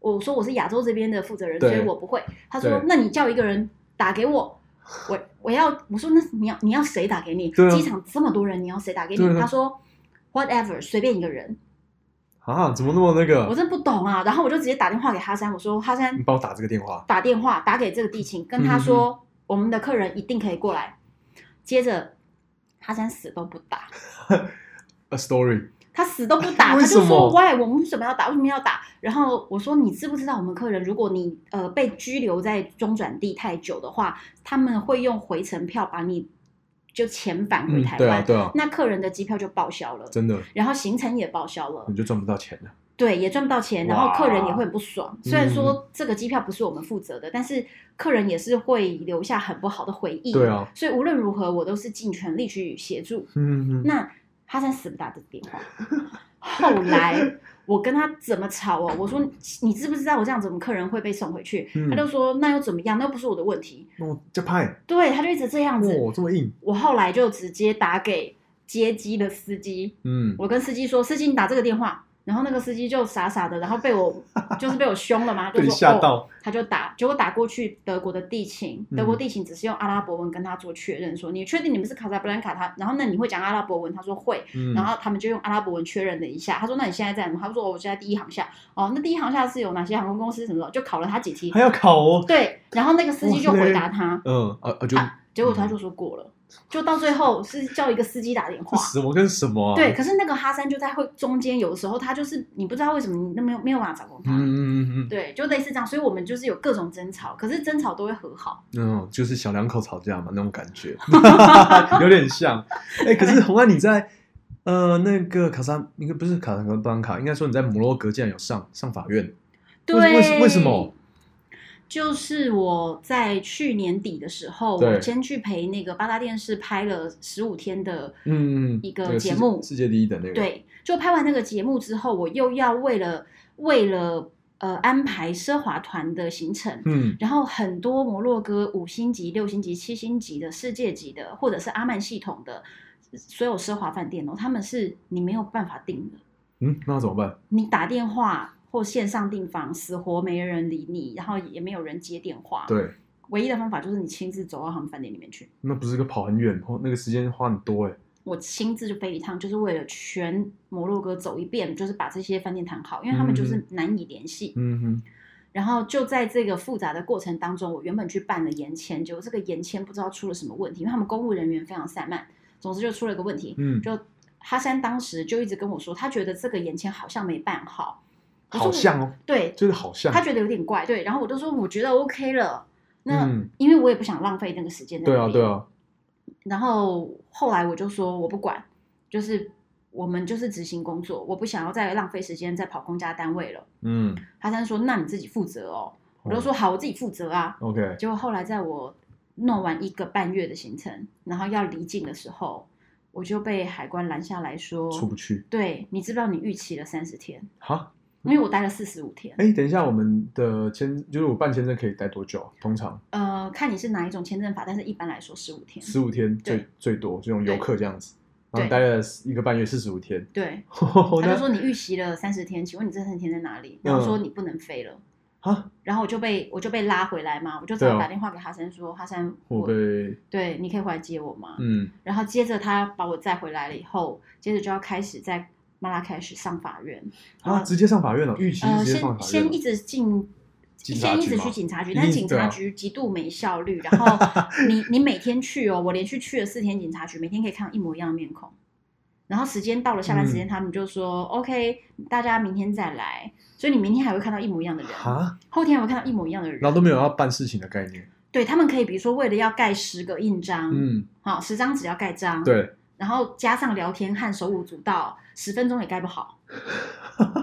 S2: 我说：“我是亚洲这边的负责人，所
S1: 对
S2: 以我不会。”他说
S1: 对：“
S2: 那你叫一个人打给我。”我我要我说那你要你要谁打给你？
S1: 对啊
S2: 机场这么多人，你要谁打给
S1: 对
S2: 你？
S1: 啊
S2: 他说 whatever 随便一个人，
S1: 啊，怎么那么那
S2: 我
S1: 个？
S2: 真不懂啊。然后我就直接打电话给哈山，我说哈山
S1: 你帮我打这个电话。
S2: 打电话打给这个地勤，跟他
S1: 嗯
S2: 说、我们的客人一定可以过来。接着哈山死都不打，
S1: A story，
S2: 他死都 不打，
S1: 为
S2: 他
S1: 什么
S2: 就说 why 我们为什么要打？为什么要打？然后我说你知不知道我们客人，如果你呃被拘留在中转地太久的话，他们会用回程票把你就遣返回
S1: 嗯
S2: 台，
S1: 对啊，
S2: 湾，
S1: 对啊，
S2: 那客人的机票就报销了，
S1: 真的，
S2: 然后行程也报销了。
S1: 你就赚不到钱了。
S2: 对，也赚不到钱，然
S1: 哇嗯
S2: 后客人也会很不爽。虽然说这个机票不是我们负责的，但是客人也是会留下很不好的回忆。
S1: 对啊，
S2: 所以无论如何，我都是尽全力去协助。
S1: 嗯嗯嗯，
S2: 那哈山死不打这个电话。后来我跟他怎么吵哦？我说你知不知道我这样子，我们客人会被送回去？
S1: 嗯
S2: 他就说那又怎么样？那又不是我的问题。
S1: 那我就派，
S2: 对，他就一直这样子。
S1: 哇，这么硬，
S2: 我后来就直接打给接机的司机，
S1: 嗯，
S2: 我跟司机说：“司机，你打这个电话。”然后那个司机就傻傻的，然后被 我就是被我凶了嘛，就
S1: 被你
S2: 说
S1: 吓
S2: 哦，
S1: 到，
S2: 他就打，结果打过去德国的地勤，
S1: 嗯
S2: 德国地勤只是用阿拉伯文跟他做确认，说你确定你们是卡萨布兰卡？他然后那你会讲阿拉伯文？他说会，
S1: 嗯，
S2: 然后他们就用阿拉伯文确认了一下。他说那你现在在哪？他说哦我现在第一航厦。哦，那第一航厦是有哪些航空公司什么的？就考了他几题
S1: 还。要考哦，
S2: 对，然后那个司机就
S1: 哇塞
S2: 回答他，
S1: 嗯啊啊，就
S2: 啊结果他就说过了，就到最后是叫一个司机打电话
S1: 这。什么跟什么啊？
S2: 对，，可是那个哈山就在会中间，有的时候他就是你不知道为什么你那没有没有办法找工他，
S1: 嗯嗯嗯嗯
S2: 对，就类似这样，所以我们就是有各种争吵，可是争吵都会和好。
S1: 嗯，就是小两口吵架嘛，那种感觉， 有点像。哎、可是红安你在呃那个卡萨，应该不是卡萨布兰卡，应该说你在摩洛哥竟然有上上法院，
S2: 对，
S1: 为什为什么？
S2: 就是我在去年底的时候，
S1: 对
S2: 我先去陪那个八大电视拍了十五天的，
S1: 嗯，嗯
S2: 一个
S1: 那世
S2: 节目
S1: 世界第一的那个，，
S2: 对，就拍完那个节目之后，我又要为了为了呃安排奢华团的行程，
S1: 嗯
S2: 然后很多摩洛哥五星级、六星级、七星级的世界级的，或者是阿曼系统的所有奢华饭店哦，他们是你没有办法订的，
S1: 嗯，那怎么办？
S2: 你打电话或线上订房，死活没人理你，然后也没有人接电话。，
S1: 对，
S2: 唯一的方法就是你亲自走到他们饭店里面去。
S1: 那不是个跑很远，或那个时间花很多哎、
S2: 我亲自就飞一趟，就是为了全摩洛哥走一遍，就是把这些饭店谈好，因为他们就是难以联系。
S1: 嗯哼，
S2: 然后就在这个复杂的过程当中，我原本去办了延签，结果这个延签不知道出了什么问题，因为他们公务人员非常散漫，总之就出了一个问题。
S1: 嗯，
S2: 就哈山当时就一直跟我说，他觉得这个延签好像没办好，我说
S1: 好像哦，
S2: 对，
S1: 就是好像
S2: 他，觉得有点怪，对。然后我就说我觉得 OK 了，那、
S1: 嗯，
S2: 因为我也不想浪费那个时间在
S1: 对
S2: 那
S1: 啊
S2: 边。
S1: 对啊，
S2: 然后后来我就说我不管，就是我们就是执行工作，我不想要再浪费时间在跑公家单位了。
S1: 嗯
S2: 哈山说那你自己负责哦，我就
S1: 哦
S2: 说好，我自己负责啊。
S1: ，OK，
S2: 结果后来在我弄完一个半月的行程，然后要离境的时候，我就被海关拦下来说，
S1: 出不去，
S2: 对你知不知道你逾期了三十天，
S1: 哈，
S2: 因为我待了四十五天。
S1: 哎，等一下，我们的签就是我办签证可以待多久啊？通常
S2: 呃，看你是哪一种签证法，但是一般来说十五天。
S1: 十五天最
S2: 对
S1: 最多，这种游客这样子，然
S2: 对
S1: 后待了一个半月，四十五天。
S2: 对，他就
S1: 哦那嗯
S2: 说你逾期了三十天，请问你这三十天在哪里？然后说你不能飞了，
S1: 啊，
S2: 然后我就被我就被拉回来嘛，我就只
S1: 对
S2: 好
S1: 啊
S2: 打电话给哈山说，哈山，
S1: 我被
S2: 对，你可以回来接我吗？
S1: 嗯
S2: 然后接着他把我载回来了以后，接着就要开始在马拉开始上法院，然
S1: 啊，
S2: 后
S1: 直接上法院了，预期
S2: 呃，
S1: 直接放
S2: 先
S1: 法院
S2: 先
S1: 了
S2: 一。直进，
S1: 警察
S2: 先一
S1: 局
S2: 直
S1: 嘛
S2: 去警察局，
S1: 一
S2: 但是
S1: 定
S2: 警
S1: 对
S2: 察
S1: 啊
S2: 局极度没效率。然后 你你每天去哦，我连续去了四天警察局，每天可以看到一模一样的面孔。然后时间到了，下班
S1: 嗯
S2: 时间他们就说、OK，大家明天再来。所以你明天还会看到一模一样的人，
S1: 啊，
S2: 后天还会看到一模一样的人。
S1: 然后都没有要啊办事情的概念。
S2: 对他们可以，比如说为了要盖十个印章，
S1: 嗯，
S2: 好、十张纸要盖章，，
S1: 对，
S2: 然后加上聊天和手舞足蹈，十分钟也盖不好。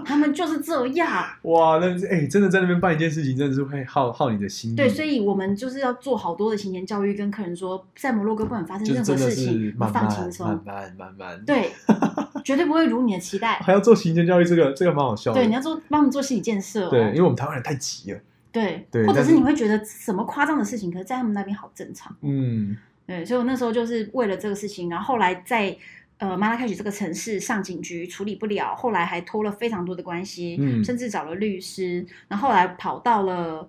S2: 他们就是这样。
S1: 哇，那哎、真的在那边办一件事情，真的是会耗耗你的心力。
S2: 对，所以我们就是要做好多的行前教育，跟客人说，在摩洛哥不管发生
S1: 就是
S2: 任何
S1: 真的
S2: 事
S1: 是
S2: 情，
S1: 慢
S2: 放
S1: 慢
S2: 轻松
S1: 慢。慢慢慢，，
S2: 对，绝对不会如你的期待。
S1: 还要做行前教育，这个这个蛮好笑的。
S2: 对，你要做帮我们做心理建设、哦。
S1: 对因为我们台湾人太急了，
S2: 对
S1: 对
S2: 或者
S1: 但
S2: 是
S1: 是
S2: 你会觉得什么夸张的事情，可是在他们那边好正常。
S1: 嗯，
S2: 对，所以我那时候就是为了这个事情，然后后来在呃马拉喀什这个城市上警局处理不了，后来还拖了非常多的关系，
S1: 嗯
S2: 甚至找了律师，然后后来跑到了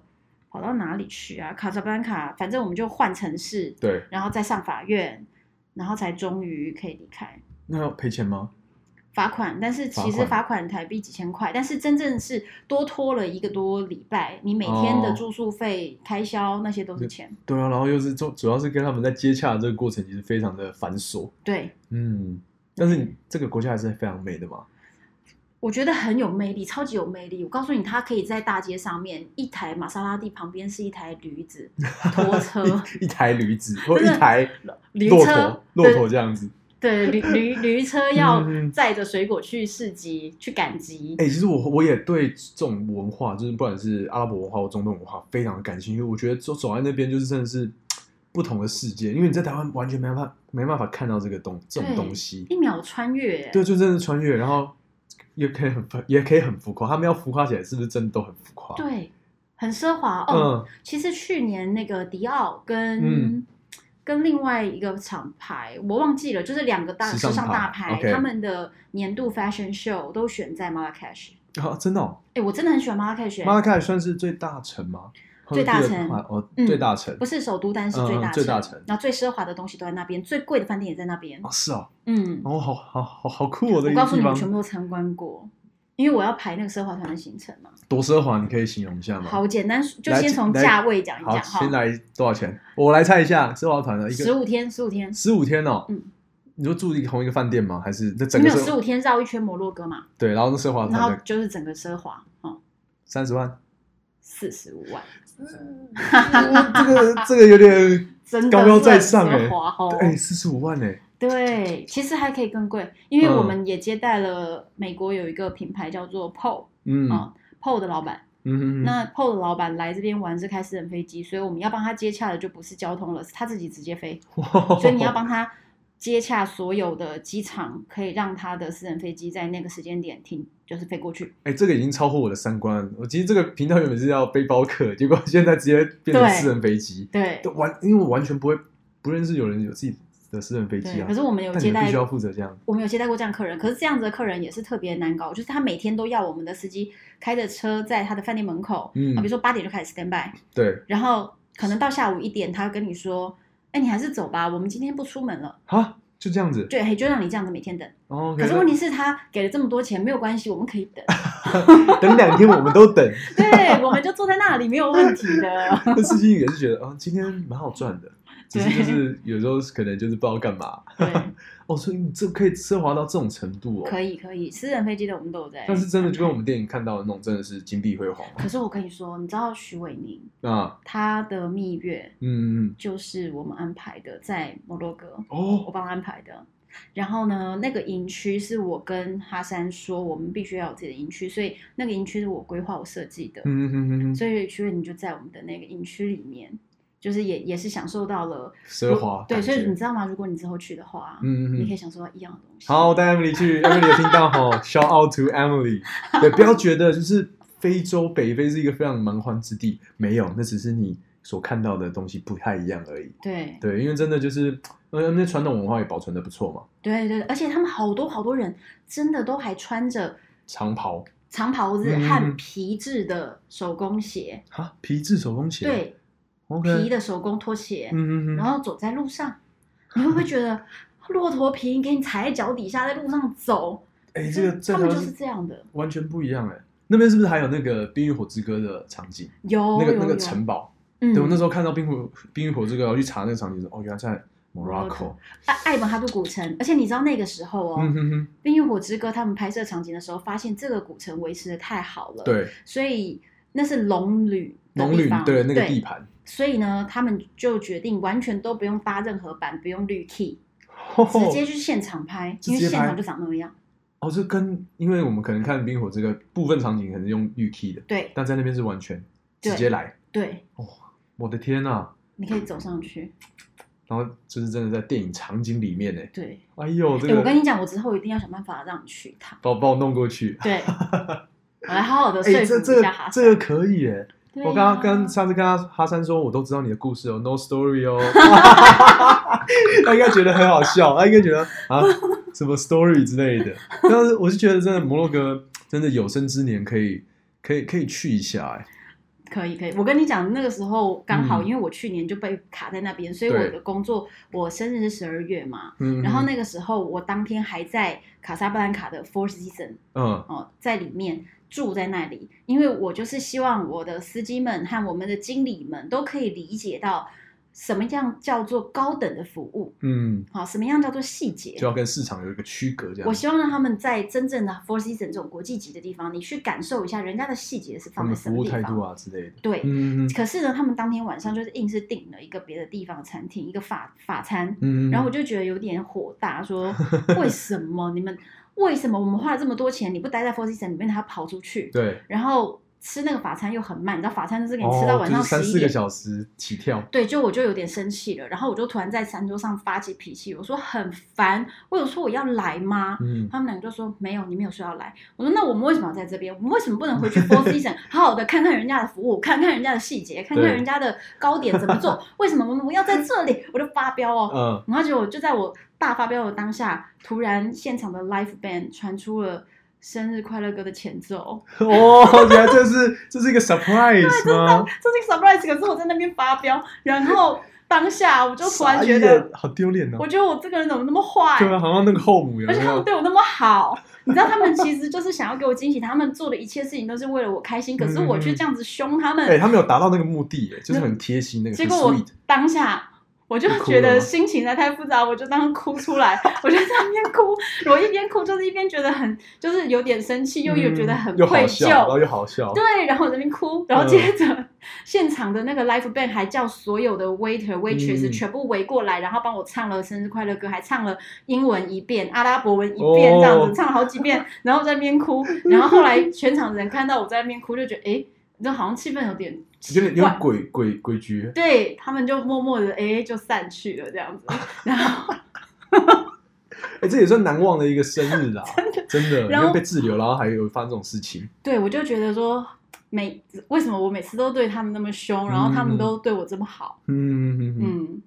S2: 跑到哪里去啊？卡萨布兰卡，反正我们就换城市，
S1: 对。
S2: 然后再上法院，然后才终于可以离开。
S1: 那要赔钱吗？
S2: 罚款，但是其
S1: 罚
S2: 实
S1: 款
S2: 罚款台币几千块，但是真正是多拖了一个多礼拜，你每天的
S1: 哦
S2: 住宿费、开销那些都是钱。
S1: 对啊，然后又是主主要是跟他们在接洽的这个过程，其实非常的繁琐。
S2: 对，
S1: 嗯，但是你这个国家还是非常美的嘛。
S2: 我觉得很有魅力，超级有魅力。我告诉你，它可以在大街上面，一台玛莎拉蒂旁边是一台 驴子拖车、
S1: 一一台驴 子或
S2: 嗯真
S1: 一
S2: 的
S1: 台
S2: 驴
S1: 骆
S2: 车
S1: 驼、、骆
S2: 对
S1: 驼这样子。
S2: 对驴驴驴车要
S1: 嗯嗯
S2: 载着水果去市集去赶集。
S1: 哎、其实我我也对这种文化，就是不管是阿拉伯文化或中东文化，非常感兴趣。我觉得走走在那边，就是真的是不同的世界，因为你在台湾完全没办法没办法看到这个东这种
S2: 对
S1: 东西。
S2: 一秒穿越，
S1: 对，就真的是穿越，然后也可以很也可以很浮夸。他们要浮夸起来，是不是真的都很浮夸？
S2: 对很奢华哦。
S1: 嗯，
S2: 其实去年那个迪奥跟、
S1: 嗯
S2: 跟另外一个厂牌，我忘记了，就是两个大
S1: 时
S2: 时
S1: 尚
S2: 尚
S1: 牌
S2: 大牌，
S1: OK
S2: 他们的年度 fashion show 都选在 Marrakesh。
S1: 啊，真的、哦，
S2: 哎，我真的很喜欢 Marrakesh，
S1: 马拉喀什算是最大城吗？
S2: 最大
S1: 或
S2: 城
S1: 者第二大哦，
S2: 嗯
S1: 最大城
S2: 不是首都，但是最大
S1: 嗯嗯最大城
S2: 然后最奢华的东西都在那边，最贵的饭店也在那边
S1: 哦，。是哦，
S2: 嗯，
S1: 哦，好好好好酷哦，这
S2: 我
S1: 个
S2: 告诉
S1: 地
S2: 你，我
S1: 方
S2: 全部都参观过，因为我要排那个奢华团的行程嘛。
S1: 多奢华，你可以形容一下吗？
S2: 好，我简单就
S1: 来
S2: 先从
S1: 来
S2: 价位讲一
S1: 好，
S2: 讲
S1: 先
S2: 哈。
S1: 来多少钱？我来猜一下，奢华团的一
S2: 十
S1: 个
S2: 五天，十五天，
S1: 十五天哦。
S2: 嗯
S1: 你说住一个同一个饭店吗？还是那整
S2: 没
S1: 个
S2: 有十
S1: 奢
S2: 五天绕一圈摩洛哥嘛，
S1: 对，然后那奢华
S2: 然后
S1: 团的
S2: 就是整个奢华，嗯，
S1: 三十 万？嗯
S2: 四十五万，
S1: 这个这个有点
S2: 真的
S1: 高高在上
S2: 是很
S1: 哎
S2: 奢华哦。
S1: 哎，四十五万哎，
S2: 对，其实还可以更贵，因为我
S1: 嗯
S2: 们也接待了美国有一个品牌叫做 PO
S1: 嗯
S2: 啊、PO 的老板。
S1: 嗯嗯嗯，
S2: 那 PO 的老板来这边玩是开私人飞机，所以我们要帮他接洽的就不是交通了，是他自己直接飞。
S1: 哇
S2: 所以你要帮他接洽所有的机场，可以让他的私人飞机在那个时间点停，就是飞过去。
S1: 哎，这个已经超乎我的三观。我其实这个频道原本是要背包客，结果现在直接变成
S2: 对
S1: 私人飞机，
S2: 对
S1: 都完，因为我完全不会不认识有人有自己的私人飞机
S2: 对，
S1: 啊
S2: 可。是我们有
S1: 但
S2: 接
S1: 你们
S2: 待
S1: 必须要负责这样。
S2: 我们有接待过这样的客人，可是这样子的客人也是特别难搞，就是他每天都要我们的司机开着车在他的饭店门口，
S1: 嗯
S2: 啊，比如说八点就开始 stand by，
S1: 对
S2: 然后可能到下午一点，他会跟你说，哎，你还是走吧，我们今天不出门了，
S1: 哈，就这样子。
S2: 对，嘿就让你这样子每天等。
S1: 哦，
S2: 可是问题是，他给了这么多钱，没有关系，我们可以等，
S1: 等两天我们都等，
S2: 对，我们就坐在那里没有问题的。
S1: 那司机也是觉得啊、今天蛮好赚的，只是
S2: 对
S1: 就是有时候可能就是不知道干嘛。
S2: 对，
S1: 哦，所以你这可以奢华到这种程度哦。
S2: 可以可以，私人飞机的我们都有在。
S1: 但是真的就跟我们电影看到的那种真的是金碧辉煌。
S2: 可是我跟你说，你知道徐伟宁
S1: 那
S2: 他的蜜月
S1: 嗯嗯
S2: 就是我们安排的，在摩洛哥。我
S1: 哦
S2: 帮他安排的。然后呢，那个营区是我跟哈山说，我们必须要有自己的营区，所以那个营区是我规划、我设计的。
S1: 嗯嗯嗯嗯嗯，
S2: 所以徐伟宁就在我们的那个营区里面，就是也也是享受到了
S1: 奢华
S2: 对，
S1: 感觉
S2: 所以你知道吗？如果你之后去的话，
S1: 嗯嗯
S2: 你可以
S1: 嗯。
S2: 享受到一样的东西。
S1: 好，我带 Emily 去，Emily 也听到吼，shout out to Emily。对，不要觉得就是非洲北非是一个非常蛮荒之地，没有，那只是你所看到的东西不太一样而已。
S2: 对
S1: 对，因为真的就是，呃，那传统文化也保存的不错嘛，
S2: 对对，而且他们好多好多人真的都还穿着
S1: 长袍
S2: 长袍子
S1: 嗯嗯
S2: 和
S1: 嗯
S2: 皮质的手工鞋，
S1: 啊，皮质手工鞋，
S2: 对，
S1: ，OK，
S2: 皮的手工拖鞋，
S1: 嗯嗯嗯，
S2: 然后走在路上，你会不会觉得骆驼皮给你踩在脚底下，在路上走？
S1: 哎，这个
S2: 就
S1: 这
S2: 他
S1: 条
S2: 们就是这样的，
S1: 完全不一样哎。那边是不是还有那个《冰与火之歌》的场景？
S2: 有
S1: 那个
S2: 有
S1: 那
S2: 有
S1: 个城堡，
S2: 嗯，
S1: 对我那时候看到《冰火冰与火之歌》，我去查那个场景，哦，原来在 Morocco
S2: Morocco。艾艾本哈杜古城，而且你知道那个时候哦，
S1: 嗯哼哼，
S2: 冰与火之歌》他们拍摄场景的时候，发现这个古城维持的太好了，，
S1: 对，
S2: 所以那是龙旅的
S1: 农
S2: 地
S1: 旅
S2: 方，
S1: 对那个地盘，
S2: 所以呢，他们就决定完全都不用搭任何板，不用绿 key，、
S1: 直
S2: 直接去现场拍，
S1: 直
S2: 因为
S1: 接
S2: 现
S1: 拍
S2: 场就长那样。
S1: 哦，这跟因为我们可能看《冰火》这个部分场景可能用预 key 的，
S2: 对
S1: 但在那边是完全
S2: 对
S1: 直接来。
S2: 对，
S1: 我的天呐、啊！
S2: 你可以走上去。
S1: 然后就是真的在电影场景里面呢，
S2: 对，
S1: 哎呦，这
S2: 哎我
S1: 个
S2: 跟你讲，我之后一定要想办法让你去一趟。
S1: 把我把我弄过去。
S2: 对，我来好好的
S1: 哎、这
S2: 说服
S1: 这
S2: 一
S1: 个
S2: 下哈
S1: 这个可以耶！
S2: 对啊
S1: 我刚
S2: 呀
S1: 刚跟上次跟他哈山说，我都知道你的故事哦，no story 哦， 他应该觉得很好笑，他应该觉得啊什么 story 之类的。但是我是觉得真的摩洛哥真的有生之年可以可以可以去一下哎，
S2: 可以可以，我跟你讲，那个时候刚好，
S1: 嗯
S2: 因为我去年就被卡在那边，所以我
S1: 对
S2: 的工作，我生日是十二月嘛，
S1: 嗯，
S2: 然后那个时候我当天还在卡萨布兰卡的 Four Season
S1: 嗯
S2: 哦，在里面住在那里，因为我就是希望我的司机们和我们的经理们都可以理解到什么样叫做高等的服务，
S1: 嗯，
S2: 好、什么样叫做细节，
S1: 就要跟市场有一个区隔这样，
S2: 我希望让他们在真正的 Four Season 这种国际级的地方，你去感受一下人家的细节是
S1: 他
S2: 放
S1: 们
S2: 在
S1: 的
S2: 什
S1: 服
S2: 么
S1: 务
S2: 地
S1: 态度
S2: 方。
S1: 啊之类的，
S2: 对，
S1: 嗯嗯
S2: 可是呢，他们当天晚上就是硬是订了一个别的地方的餐厅，一个法法餐，
S1: 嗯，
S2: 然后我
S1: 就
S2: 就觉得有点火大， 说为什么你们为什么我们花了这么多钱，你不待在 Four Seasons 里面，他跑出去，
S1: 对，
S2: 然后吃那个法餐又很慢，你知道法餐就是给你吃到
S1: 哦
S2: 晚
S1: 就
S2: 上
S1: 是三
S2: 十一
S1: 四个
S2: 点。
S1: 小时起跳，
S2: 对，就我就有点生气了，然后我就突然在餐桌上发起脾气，我说很烦，我有说我要来吗？
S1: 嗯，
S2: 他们两个就说没有，你没有说要来。我说那我们为什么要在这边？我们为什么不能回去 Four Season 好好的看看人家的服务，看看人家的细节，看看人家的糕点怎么 做？为什么我们要在这里？我就发飙哦。
S1: 嗯，
S2: 然后结果就在我大发飙的当下，突然现场的 live band 传出了生日快乐歌的前奏，
S1: 哦，原来这是这是一个 surprise 吗？
S2: 这是一个 surprise。可是我在那边发飙，然后当下我就突然觉
S1: 傻
S2: 得
S1: 眼，好丢脸哦
S2: 我。觉得我这个人怎么那么坏？
S1: 对啊，好像那个后母有
S2: 而
S1: 没
S2: 且他们
S1: 有？
S2: 对我那么好，你知道他们其实就是想要给我惊喜，他们做的一切事情都是为了我开心，可是
S1: 嗯
S2: 我却这样子凶他们，
S1: 哎，他们有达到那个目的耶，就是很贴心那个，
S2: 结
S1: 很
S2: 果我
S1: sweet。
S2: 当下。我就
S1: 你哭
S2: 觉
S1: 了
S2: 得
S1: 吗
S2: 心情实在太复杂，我就当时哭出来，我就在那边哭，我一边哭就是一边觉得很，就是有点生气，又有觉得很
S1: 嗯又
S2: 愧
S1: 好笑，然后
S2: 疚，
S1: 又好笑。
S2: 对，然后我在那边哭，然后接着、现场的那个 live band 还叫所有的 waiter waitress
S1: 嗯
S2: 全部围过来，然后帮我唱了生日快乐歌，还唱了英文一遍、阿拉伯文一遍，
S1: 哦
S2: 这样子唱了好几遍， 然后在那边哭，然后后来全场人看到我在那边哭，就觉得哎，这好像气氛有点奇
S1: 有点有点
S2: 怪。
S1: 鬼鬼鬼局，
S2: 对他们就默默的哎就散去了这样子，然后
S1: 哎，这也算难忘的一个生日 啦，真的，
S2: 然
S1: 因
S2: 后
S1: 为被滞留，然后还有发生这种事情，
S2: 对我就觉得说每为什么我每次都对他们那么凶，然后他们
S1: 嗯
S2: 都对我这么好，
S1: 嗯嗯嗯。
S2: 嗯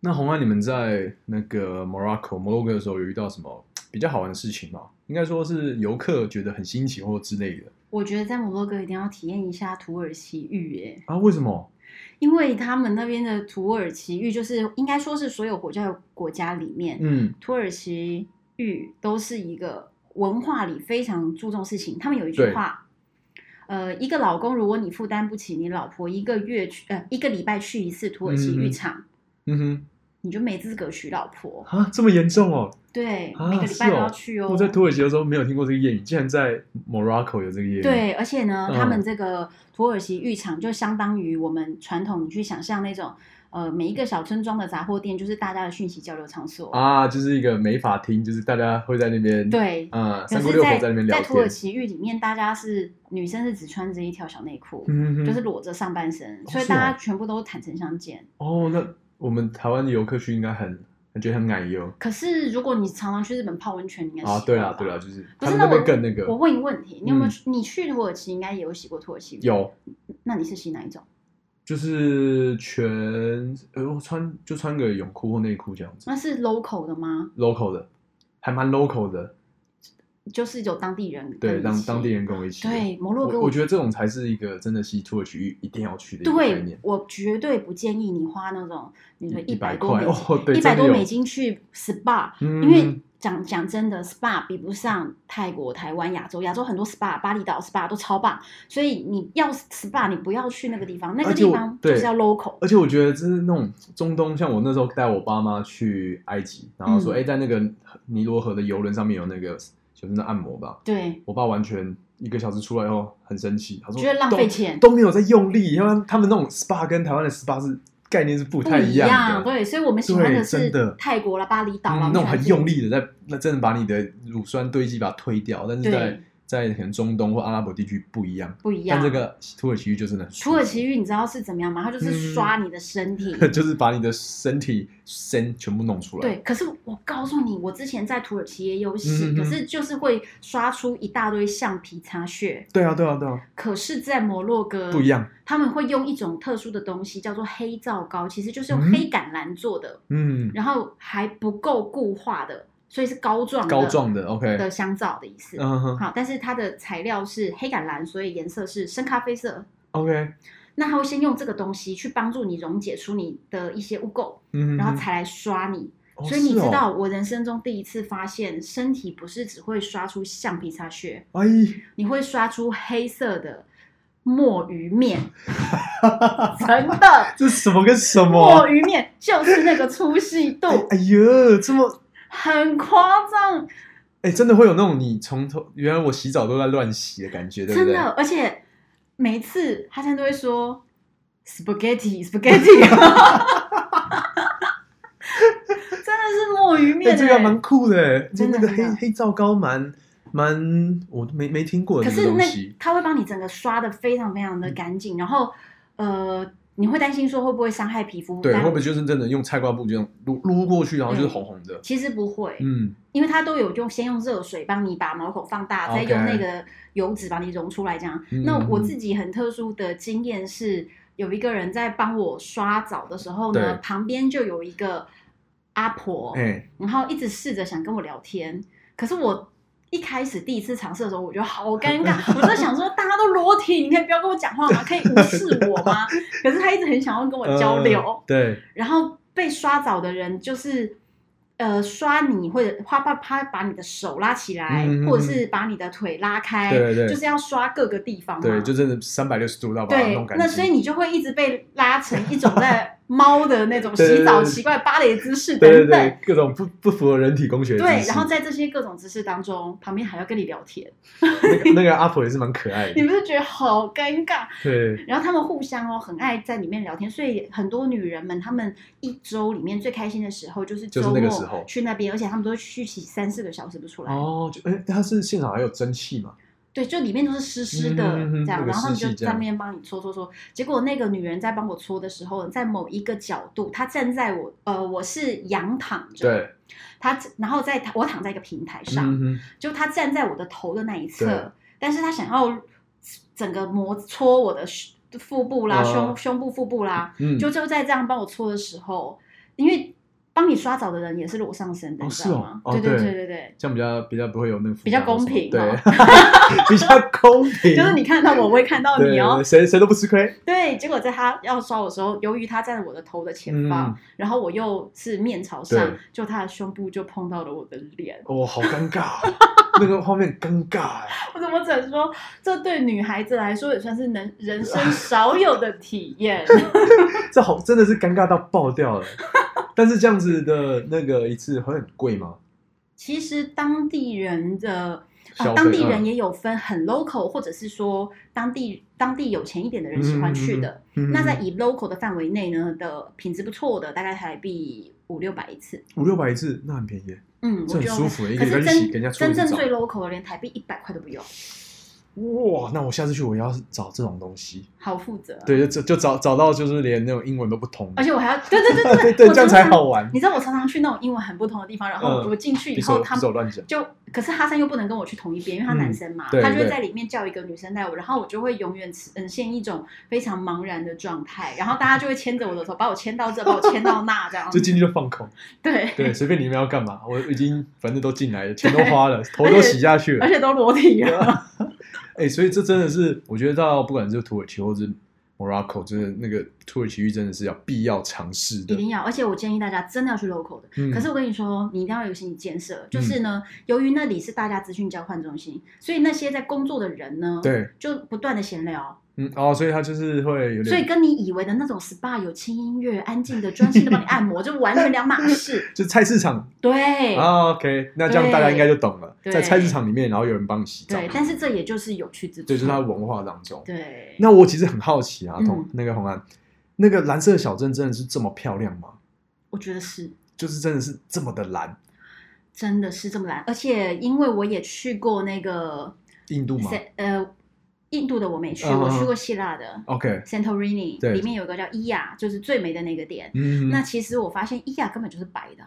S1: 那红安，你们在那个 Morocco 摩洛哥的时候，有遇到什么比较好玩的事情吗？应该说是游客觉得很新奇或之类的
S2: 我觉得在摩洛哥一定要体验一下土耳其浴，耶，
S1: 啊？为什么？
S2: 因为他们那边的土耳其浴就是应该说是所有国家的国家里面，
S1: 嗯，
S2: 土耳其浴都是一个文化里非常注重事情。他们有一句
S1: 对
S2: 话，呃，一个老公如果你负担不起你老婆一个月去呃一个礼拜去一次土耳其浴
S1: 嗯嗯
S2: 场，
S1: 嗯
S2: 你就没资格娶老婆。
S1: 哼，啊，这么严重哦！
S2: 对，
S1: 啊
S2: 每个礼拜都
S1: 是哦
S2: 要去哦。
S1: 我在土耳其的时候没有听过这个谚语，竟然在 Morocco 有这个谚语。，
S2: 对，而且呢，
S1: 嗯
S2: 他们这个土耳其浴场就相当于我们传统，你去想象那种，呃，每一个小村庄的杂货店就是大家的讯息交流场所。
S1: 啊，就是一个美法厅，就是大家会在那边，
S2: 对，
S1: 啊，
S2: 可
S1: 三姑
S2: 是
S1: 六婆
S2: 在，
S1: 在那边聊
S2: 在土耳
S1: 天，
S2: 其浴里面，大家是女生是只穿着一条小内裤，
S1: 嗯哼，
S2: 就是裸着上半身，
S1: 哦
S2: 所以
S1: 是哦
S2: 大家全部都坦诚相见。
S1: 哦，那我们台湾的游客去应该很，很觉得很奶油
S2: 可是如果你常常去日本泡温泉，你应该
S1: 啊，
S2: 习
S1: 对
S2: 惯
S1: 啦
S2: 吧
S1: 对啦，就是他
S2: 不是
S1: 们
S2: 那
S1: 那
S2: 我
S1: 边更那个
S2: 我问一个问题，你有没有
S1: 嗯
S2: 去？你去土耳其应该也有洗过土耳其浴？。
S1: 有，
S2: 那你是洗哪一种？
S1: 就是全呃我穿就穿个泳裤或内裤这样子
S2: 那是 local 的吗？
S1: ，local 的，还蛮 local 的，
S2: 就是有当地人跟
S1: 对，
S2: 你
S1: 当
S2: 一起
S1: 当地人跟我一起，
S2: 对摩洛哥
S1: 我
S2: 我，
S1: 我觉得这种才是一个真的是土耳其一定要去的一个概
S2: 对
S1: 念，
S2: 我绝对不建议你花那种你说
S1: 一
S2: 百
S1: 百
S2: 多
S1: 块
S2: 美金，
S1: 哦，对，
S2: 一百
S1: 真的
S2: 多
S1: 有
S2: 美，金去 SPA，、
S1: 嗯
S2: 因为讲讲真的，SPA 比不上泰国、台湾、亚洲，亚洲很多 SPA，巴厘岛 SPA 都超棒，所以你要 SPA 你不要去那个地方，那个
S1: 而且
S2: 地
S1: 我
S2: 方
S1: 对
S2: 就是要 local，
S1: 而且我觉得就是那种中东，像我那时候带我爸妈去埃及，然后说，
S2: 嗯
S1: 哎、在那个尼罗河的游轮上面有那个就是那按摩吧。
S2: 对，
S1: 我爸完全一个小时出来后很生气，他说
S2: 觉得浪费钱
S1: 都都没有在用力，要不然他们那种 SPA 跟台湾的 SPA 是概念是不
S2: 不
S1: 太
S2: 一
S1: 样的。
S2: 对，所以我们喜欢
S1: 对
S2: 是
S1: 真的
S2: 泰国啦、巴厘岛啦，
S1: 嗯
S2: 我
S1: 那种
S2: 们喜欢
S1: 很
S2: 是
S1: 用力的在那真的把你的乳酸堆积把它推掉，但是在
S2: 对
S1: 在可能中东或阿拉伯地区不一样。
S2: 不一样。
S1: 但这个土耳其浴就真的很舒服
S2: 土耳其浴你知道是怎么样吗？它就是
S1: 嗯
S2: 刷你的 身体，
S1: 就是把你的身体身全部弄出来。
S2: 对，可是我告诉你，我之前在土耳其也有洗，
S1: 嗯哼哼
S2: 可是就是会刷出一大堆橡皮擦屑。
S1: 对啊，对啊，对啊，
S2: 可是，在摩洛哥
S1: 不一，样。
S2: 他们会用一种特殊的东西叫做黑皂膏，其实就是用
S1: 嗯
S2: 黑橄榄做的，
S1: 嗯，
S2: 然后还不够固化的，所以是膏状的
S1: 膏状的，OK，
S2: 的香皂的意思。
S1: 嗯哼
S2: 好，但是它的材料是黑橄榄，所以颜色是深咖啡色。
S1: ，OK，
S2: 那它会先用这个东西去帮助你溶解出你的一些污垢，
S1: 嗯，
S2: 然后才来刷你。
S1: 哦，
S2: 所以你知
S1: 是哦
S2: 道，，我人生中第一次发现，身体不是只会刷出橡皮擦屑，
S1: 哎，
S2: 你会刷出黑色的墨鱼面，真的。
S1: 这什么跟什
S2: 墨
S1: 么？啊
S2: 鱼面就是那个粗细度
S1: 哎，哎呦，这么
S2: 很夸张，
S1: 哎，真的会有那种你从头原来我洗澡都在乱洗的感觉，对不
S2: 真
S1: 对？
S2: 的，而且每次他现在都会说 spaghetti spaghetti，真的是墨鱼
S1: 哎，
S2: 面、欸，
S1: 这个还蛮酷的，就
S2: 真
S1: 那个
S2: 的真
S1: 黑
S2: 的
S1: 黑皂膏蛮蛮，我没没听过
S2: 可
S1: 的这
S2: 是
S1: 个东
S2: 那
S1: 西。嗯
S2: 它会帮你整个刷的非常非常的干净，然后呃，你会担心说会不会伤害皮肤？
S1: 对，
S2: 但
S1: 会不会就是真的用菜瓜布这样撸撸过去，然
S2: 嗯
S1: 后就是红红的？
S2: 其实不会，
S1: 嗯，
S2: 因为它都有用先用热水帮你把毛孔放大，再
S1: OK
S2: 用那个油脂把你溶出来这样。
S1: 嗯
S2: 那我自己很特殊的经验是，有一个人在帮我刷澡的时候呢
S1: 对，
S2: 旁边就有一个阿婆，
S1: 哎，
S2: 然后一直试着想跟我聊天，可是我一开始第一次尝试的时候，我觉得好尴尬，我就想说大家都裸体，你可以不要跟我讲话吗？可以无视我吗？可是他一直很想要跟我交流，
S1: 呃对，
S2: 然后被刷澡的人就是。呃，刷你或者啪啪啪把你的手拉起来，
S1: 嗯
S2: 或者是把你的腿拉开，
S1: 对对
S2: 就是要刷各个地方嘛。
S1: 对，就真的三百六十度到把它
S2: 嗯对
S1: 弄，干净。
S2: 那所以你就会一直被拉成一种在猫的那 种
S1: 对对
S2: 洗澡
S1: 对
S2: 奇怪芭蕾姿势等
S1: 对对
S2: 等。
S1: 对，各种不不符合人体工学的知
S2: 对，
S1: 识
S2: 然后在这些各种姿势当中，旁边还要跟你聊天，
S1: 那 个那个阿婆也是蛮可爱
S2: 你
S1: 的，
S2: 不是觉得好尴尬？
S1: 对，
S2: 然后他们互相哦，很爱在里面聊天，所以很多女人们，她们一周里面最开心的时候就是
S1: 就是
S2: 周
S1: 那个时候
S2: 末去那边，而且她们都会去洗三四个小时不出来，
S1: 哦，就哎，它是现场还有蒸汽嘛，
S2: 对，就里面都是湿湿的、
S1: 嗯嗯嗯
S2: 这样，
S1: 那个
S2: 然后他们
S1: 湿
S2: 就
S1: 气这
S2: 在
S1: 样
S2: 那边帮你搓搓搓。结果那个女人在帮我搓的时候，在某一个角度，她站在我呃，我是仰躺着，，
S1: 对，
S2: 她然后在我躺在一个平台上，
S1: 嗯哼，
S2: 就他站在我的头的那一
S1: 对
S2: 侧，但是他想要整个摩搓我的胸腹部啦、
S1: 哦
S2: 胸胸部、腹部啦，
S1: 嗯，
S2: 就就在这样帮我搓的时候，因为帮你刷澡的人也是裸上身的，
S1: 哦
S2: 你知道吗？
S1: 是哦哦
S2: 对对
S1: 对
S2: 对对对。
S1: 这样比较比较不会有那个
S2: 比较
S1: 负担
S2: 公平
S1: 对
S2: 哦，
S1: 比较公平，
S2: 就是你看到我，我也看到
S1: 对
S2: 你哦。
S1: 谁谁都不吃亏，
S2: 对，结果在他要刷我的时候，由于他站在我的头的前方，
S1: 嗯，
S2: 然后我又是面朝上
S1: 对，
S2: 就他的胸部就碰到了我的脸。
S1: 嗯哇，好尴尬， 那个画面尴尬，哎
S2: 我怎么只能说，这对女孩子来说也算是能人 生少有的体验。
S1: 这好真的是尴尬到爆掉 了。但是这样子的那个一次会很贵吗？
S2: 其实当地人的、
S1: 消
S2: 呃、
S1: 费
S2: 当地人
S1: 嗯
S2: 也有分很 local，或者是说当地当地有钱一点的人喜欢去的。
S1: 嗯
S2: 那在以 local 的范围内呢的品质不错的，大概台币五六百一次。
S1: 五六百一次，那很便宜，
S2: 嗯，我
S1: 这
S2: 觉
S1: 很舒
S2: 得
S1: 服，一个
S2: 可
S1: 礼拜
S2: 是
S1: 就洗
S2: 真
S1: 给人家搓一
S2: 真
S1: 次
S2: 正
S1: 澡。
S2: 最 local 的，连台币一百块都不用，
S1: 哇，那我下次去我也要找这种东西。
S2: 好负责。，
S1: 对，就就就找找到就是连那种英文都不通的，
S2: 而且我还要对对对
S1: 对
S2: 对
S1: 对，
S2: 我
S1: 这样
S2: 常
S1: 才
S2: 常
S1: 好玩。
S2: 你知道我常常去那种英文很不同的地方，然后
S1: 嗯
S2: 我进去以
S1: 别
S2: 后，
S1: 手
S2: 他
S1: 别手乱讲，
S2: 就可是哈森又不能跟我去同一边，因为他男生嘛，
S1: 嗯对
S2: 他就
S1: 对
S2: 会在里面叫一个女生带我，然后我就会永远呈嗯现一种非常茫然的状态，然后大家就会牵着我的手，把我牵到这，把我牵到那，这样
S1: 就进去就放空，
S2: 对，
S1: 对，随便你们要干嘛，我已经反正都进来了，钱都花 了，头都洗下去
S2: 而
S1: 了。
S2: 且都裸体
S1: 啊
S2: 了，
S1: 哎，所以这真的是，我觉得到不管是土耳其或是 Morocco，真的那个土耳其浴真的是要必要尝试
S2: 一
S1: 的。
S2: 定要。而且我建议大家真的要去 local 的。
S1: 嗯
S2: 可是我跟你说，你一定要有心理建设，就是呢，由于那里是大家资讯交换中心，所以那些在工作的人呢，
S1: 对，
S2: 就不断的闲聊，
S1: 嗯，哦，所以它就是会有
S2: 所以
S1: 点，
S2: 跟你以为的那种 SPA 有轻音乐、安静的、专心的帮你按摩，就完全两码事。
S1: 就菜市场
S2: 对，
S1: 啊，OK，那这样
S2: 对
S1: 大家应该就懂了，
S2: 对
S1: 在菜市场里面，然后有人帮你洗澡，
S2: 对，但是这也就是有趣之处。
S1: 对，就是它的文化当中。
S2: 对，
S1: 那我其实很好奇啊，同
S2: 嗯
S1: 那个红安，那个蓝色的小镇真的是这么漂亮吗？
S2: 我觉得是，
S1: 就是真的是这么的蓝，
S2: 真的是这么蓝。而且因为我也去过那个
S1: 印度吗
S2: 塞呃印度的我没去，
S1: 嗯嗯嗯
S2: 我去过希腊的
S1: ？OK，
S2: Santorini，
S1: 对
S2: 里面有个叫伊亚，就是最美的那个点。
S1: 嗯，
S2: 那其实我发现伊亚根本就是白的，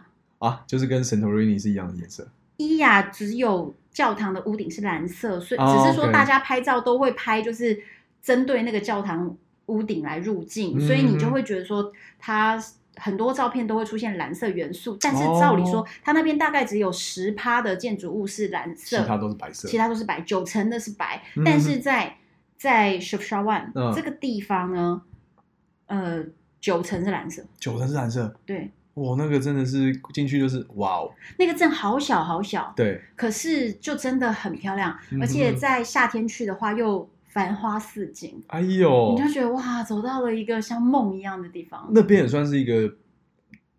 S1: 啊，就是跟 Santorini 是一样的颜色。
S2: 伊亚只有教堂的屋顶是蓝色，所以
S1: 哦
S2: 只是说
S1: OK
S2: 大家拍照都会拍，就是针对那个教堂屋顶来入境，
S1: 嗯
S2: 所以你就会觉得说它。很多照片都会出现蓝色元素，但是
S1: 哦
S2: 照理说，它那边大概只有十趴的建筑物是蓝
S1: 其
S2: 色，
S1: 他都是白色
S2: 其。他都是白，九成的是白，
S1: 嗯
S2: 但是在在 s h i f s h a w a
S1: 嗯
S2: n 这个地方呢，呃，九成是蓝色，
S1: 九成是蓝色，
S2: 对，
S1: 哇，那个真的是进去就是哇哦，
S2: 那个镇好小好小，
S1: 对，
S2: 可是就真的很漂亮，
S1: 嗯
S2: 而且在夏天去的话又繁花似锦，
S1: 哎呦
S2: 你，就觉得哇，走到了一个像梦一样的地方。
S1: 那边也算是一个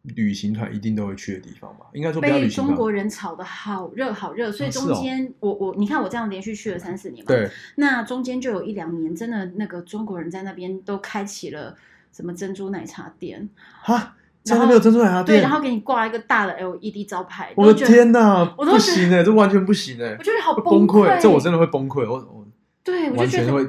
S1: 旅行团一定都会去的地方吧？应该说不要
S2: 被
S1: 旅行
S2: 中国
S1: 团，
S2: 人炒得好热好热，所以
S1: 啊是哦
S2: 中间、我我你看我这样连续去了三四年嘛，
S1: 对，
S2: 那中间就有一两年，真的那个中国人在那边都开启了什么珍珠奶茶店，
S1: 哈，真的没有珍珠奶茶
S2: 对，
S1: 啊店
S2: 然，后给你挂一个大的 LED 招牌，
S1: 我
S2: 你
S1: 的
S2: 就觉得
S1: 天，哪，
S2: 我都
S1: 不
S2: 觉得
S1: 行哎，这完全不行哎
S2: 我，觉得好
S1: 会
S2: 崩哎
S1: 溃，这我真的会崩溃，我我
S2: 对，我就
S1: 完
S2: 觉
S1: 全
S2: 得
S1: 会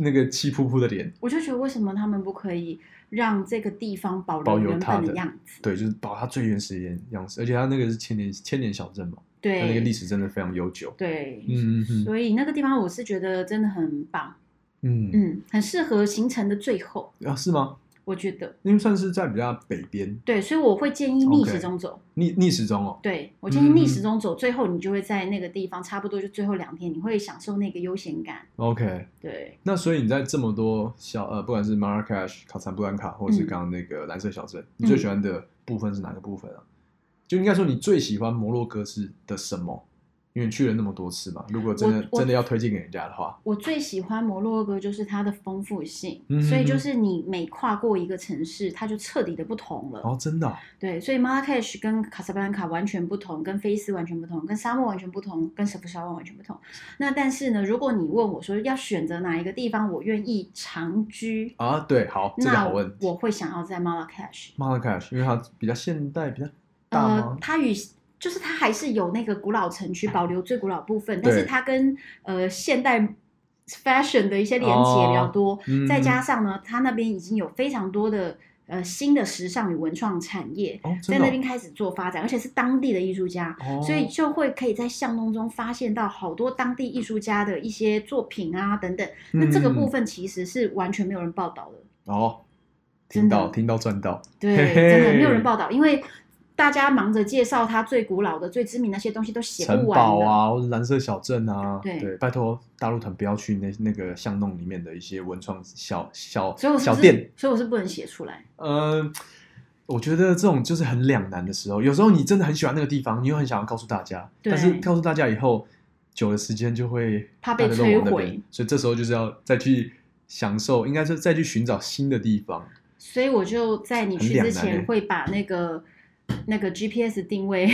S1: 那个气扑扑的脸，
S2: 我就觉得为什么他们不可以让这个地方保
S1: 保
S2: 留
S1: 留
S2: 原
S1: 它
S2: 本
S1: 的
S2: 的样子？
S1: 对，就是保它最原始的样子，而且它那个是千年千年小镇嘛，它那个历
S2: 对，
S1: 史真的非常悠久，
S2: 对，
S1: 嗯嗯
S2: 所以那个地方我是觉得真的很棒，
S1: 嗯嗯，
S2: 嗯，很适合行程的最后，
S1: 啊是吗？
S2: 我觉得
S1: 因为算是在比较北边，
S2: 对，所以我会建议逆
S1: OK
S2: 时钟走。
S1: 逆逆时钟哦，
S2: 对我建议逆时
S1: 嗯
S2: 钟走，最后你就会在那个地方，差不多就最后两天，你会享受那个悠闲感。
S1: OK，
S2: 对，
S1: 那所以你在这么多小呃，不管是 Marrakesh、卡萨布兰卡，或者是
S2: 嗯
S1: 刚刚那个蓝色小镇，你最喜欢的部分是哪个部分啊？就应该说你最喜欢摩洛哥是的什么？因为你去了那么多次嘛，如果真的
S2: 我我
S1: 真的要推荐给人家的话，
S2: 我最喜欢摩洛哥就是它的丰富性，
S1: 嗯
S2: 所以就
S1: 嗯
S2: 是你每跨过一个城市，它就彻底的不同了。
S1: 哦，真的啊、
S2: 对，所以马拉喀什跟卡萨布兰卡完全不同，跟菲斯完全不同，跟沙漠完全不同，跟舍夫沙湾完全不同。那但是呢，如果你问我说要选择哪一个地方，我愿意长居，
S1: 啊，对，好，这个
S2: 那
S1: 好问。
S2: 我会想要在马拉喀什。
S1: Marrakesh，因为它比较现代，比较大
S2: 呃
S1: 吗，？
S2: 它与就是它还是有那个古老城区保留最古老部分，但是
S1: 对
S2: 它跟呃现代 fashion 的一些连
S1: 哦
S2: 接比较多，
S1: 嗯
S2: 再加上呢，它那边已经有非常多的呃新的时尚与文创产业。
S1: 哦，
S2: 在
S1: 真的
S2: 那
S1: 哦
S2: 边开始做发展，而且是当地的艺术家，
S1: 哦，
S2: 所以就会可以在巷弄中发现到好多当地艺术家的一些作品啊等等。那这个部
S1: 嗯
S2: 分其实是完全没有人报道的，
S1: 哦，听
S2: 真的
S1: 到听到赚到，
S2: 对，
S1: 嘿嘿
S2: 真的没有人报道，因为大家忙着介绍他最古老的、最知名那些东西都写
S1: 城
S2: 不完
S1: 堡
S2: 了。
S1: 啊，或者蓝色小镇啊，
S2: 对
S1: 拜托大陆团不要去那那个巷弄里面的一些文创小小
S2: 所以我是
S1: 小
S2: 不
S1: 店
S2: 是，，所以我是不能写出来。
S1: 嗯。我觉得这种就是很两难的时候，有时候你真的很喜欢那个地方，你又很想要告诉大家，
S2: 对
S1: 但是告诉大家以后，久的时间就会
S2: 怕被
S1: 大家都往那边
S2: 摧毁，
S1: 所以这时候就是要再去享受，应该是再去寻找新的地方。
S2: 所以我就在你去之
S1: 很两难欸
S2: 前会把那个那个 GPS 定 位，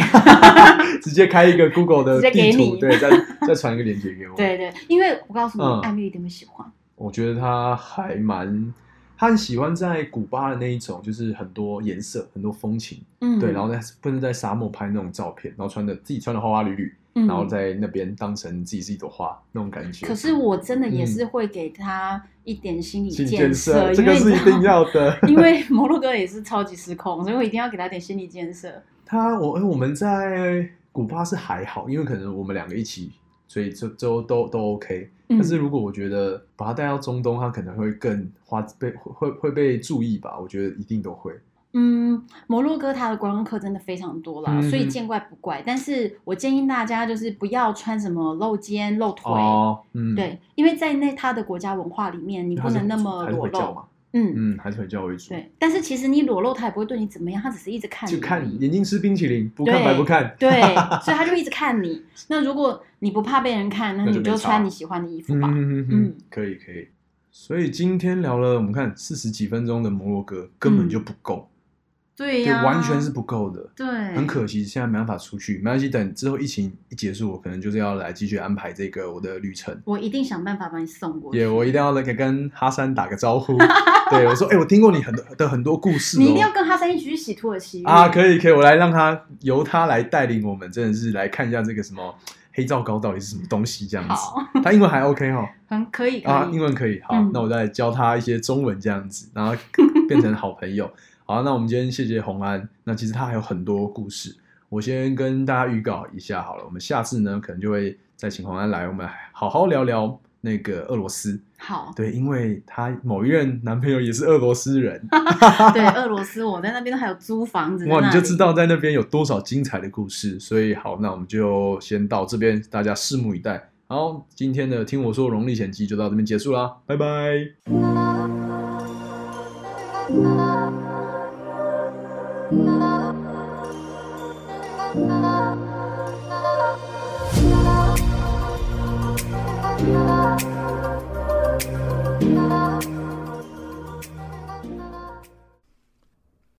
S1: 直接开一个 Google 的
S2: 直
S1: 地
S2: 接给
S1: 图，
S2: 你
S1: 对，再再传一个链接 给我。，
S2: 对对，因为我告诉
S1: 嗯
S2: 你，艾丽一定会喜欢。
S1: 我觉得他还蛮，他很喜欢在古巴的那一种，就是很多颜色、很多风情，
S2: 嗯，
S1: 对，然后在不是在沙漠拍那种照片，然后穿的自己穿的花花绿绿，
S2: 嗯
S1: 然后在那边当成自己是一朵花那种感觉
S2: 可。是我真的也
S1: 嗯
S2: 是会给他一点心理
S1: 心理
S2: 建
S1: 设，这
S2: 因
S1: 个
S2: 为
S1: 是一
S2: 你知道
S1: 定。要的。
S2: 因为摩洛哥也是超级时空，所以我一定要给他点心理建设。
S1: 他我哎我们在古巴是还好，因为可能我们两个一起，所以就都都都 OK。
S2: 嗯
S1: 但是如果我觉得把他带到中东，他可能会更花被会会被注意吧，我觉得一定都会。
S2: 嗯，摩洛哥它的观光客真的非常多啦，
S1: 嗯
S2: 所以见怪不怪。但是我建议大家就是不要穿什么露肩、露腿，
S1: 哦，嗯，，
S2: 对，因为在那它的国家文化里面，你不能那么
S1: 还是
S2: 裸
S1: 回教
S2: 露。
S1: 嘛，
S2: 嗯，
S1: 嗯，还是回教为主。，
S2: 对。但是其实你裸露，他也不会对你怎么样，他只是一直看你而已，
S1: 就看眼睛吃冰淇淋，不看
S2: 对
S1: 白不 看。
S2: 对，所以他就一直看你。那如果你不怕被人看，那
S1: 那就
S2: 你
S1: 没
S2: 就
S1: 差
S2: 穿你喜欢的衣服
S1: 嗯
S2: 吧。
S1: 嗯嗯
S2: 嗯，
S1: 可以可以。所以今天聊了，我们看四十几分钟的摩洛哥根本就不够，
S2: 嗯
S1: 对，
S2: 对呀、
S1: 完全是不够的。
S2: 对，
S1: 很可惜，现在没办法出去，没关系，等之后疫情一结束，我可能就是要来继续安排这个我的旅程。
S2: 我一定想办法把你送过去。
S1: 也、我一定要那个跟哈山打个招呼。 对，我说，哎、我听过你很多的很多故事、哦，
S2: 你一定要跟哈三一起去洗土耳其浴
S1: 啊，可以可以，我来让他由他来带领我们，真的是来看一下这个什么黑皂膏到底是什么东西这样子。
S2: 好，
S1: 他英文还 OK 哦，
S2: 很可以可以。
S1: 啊，英文可以，好，
S2: 嗯
S1: 那我再教他一些中文这样子，然后 变成好朋友。好，那我们今天谢谢红安，那其实他还有很多故事，我先跟大家预告一下好了，我们下次呢可能就会再请红安来，我们好好聊聊那个俄罗斯，
S2: 好，
S1: 对，因为她某一任男朋友也是俄罗斯人，
S2: 对，俄罗斯，我在那边都还有租房子。
S1: 哇，你就知。道在那边有多少精彩的故事。所以好，那我们就先到这边，大家拭目以待。好，今天的听我说荣历险记就到这边结束啦，拜拜。
S4: Thank you.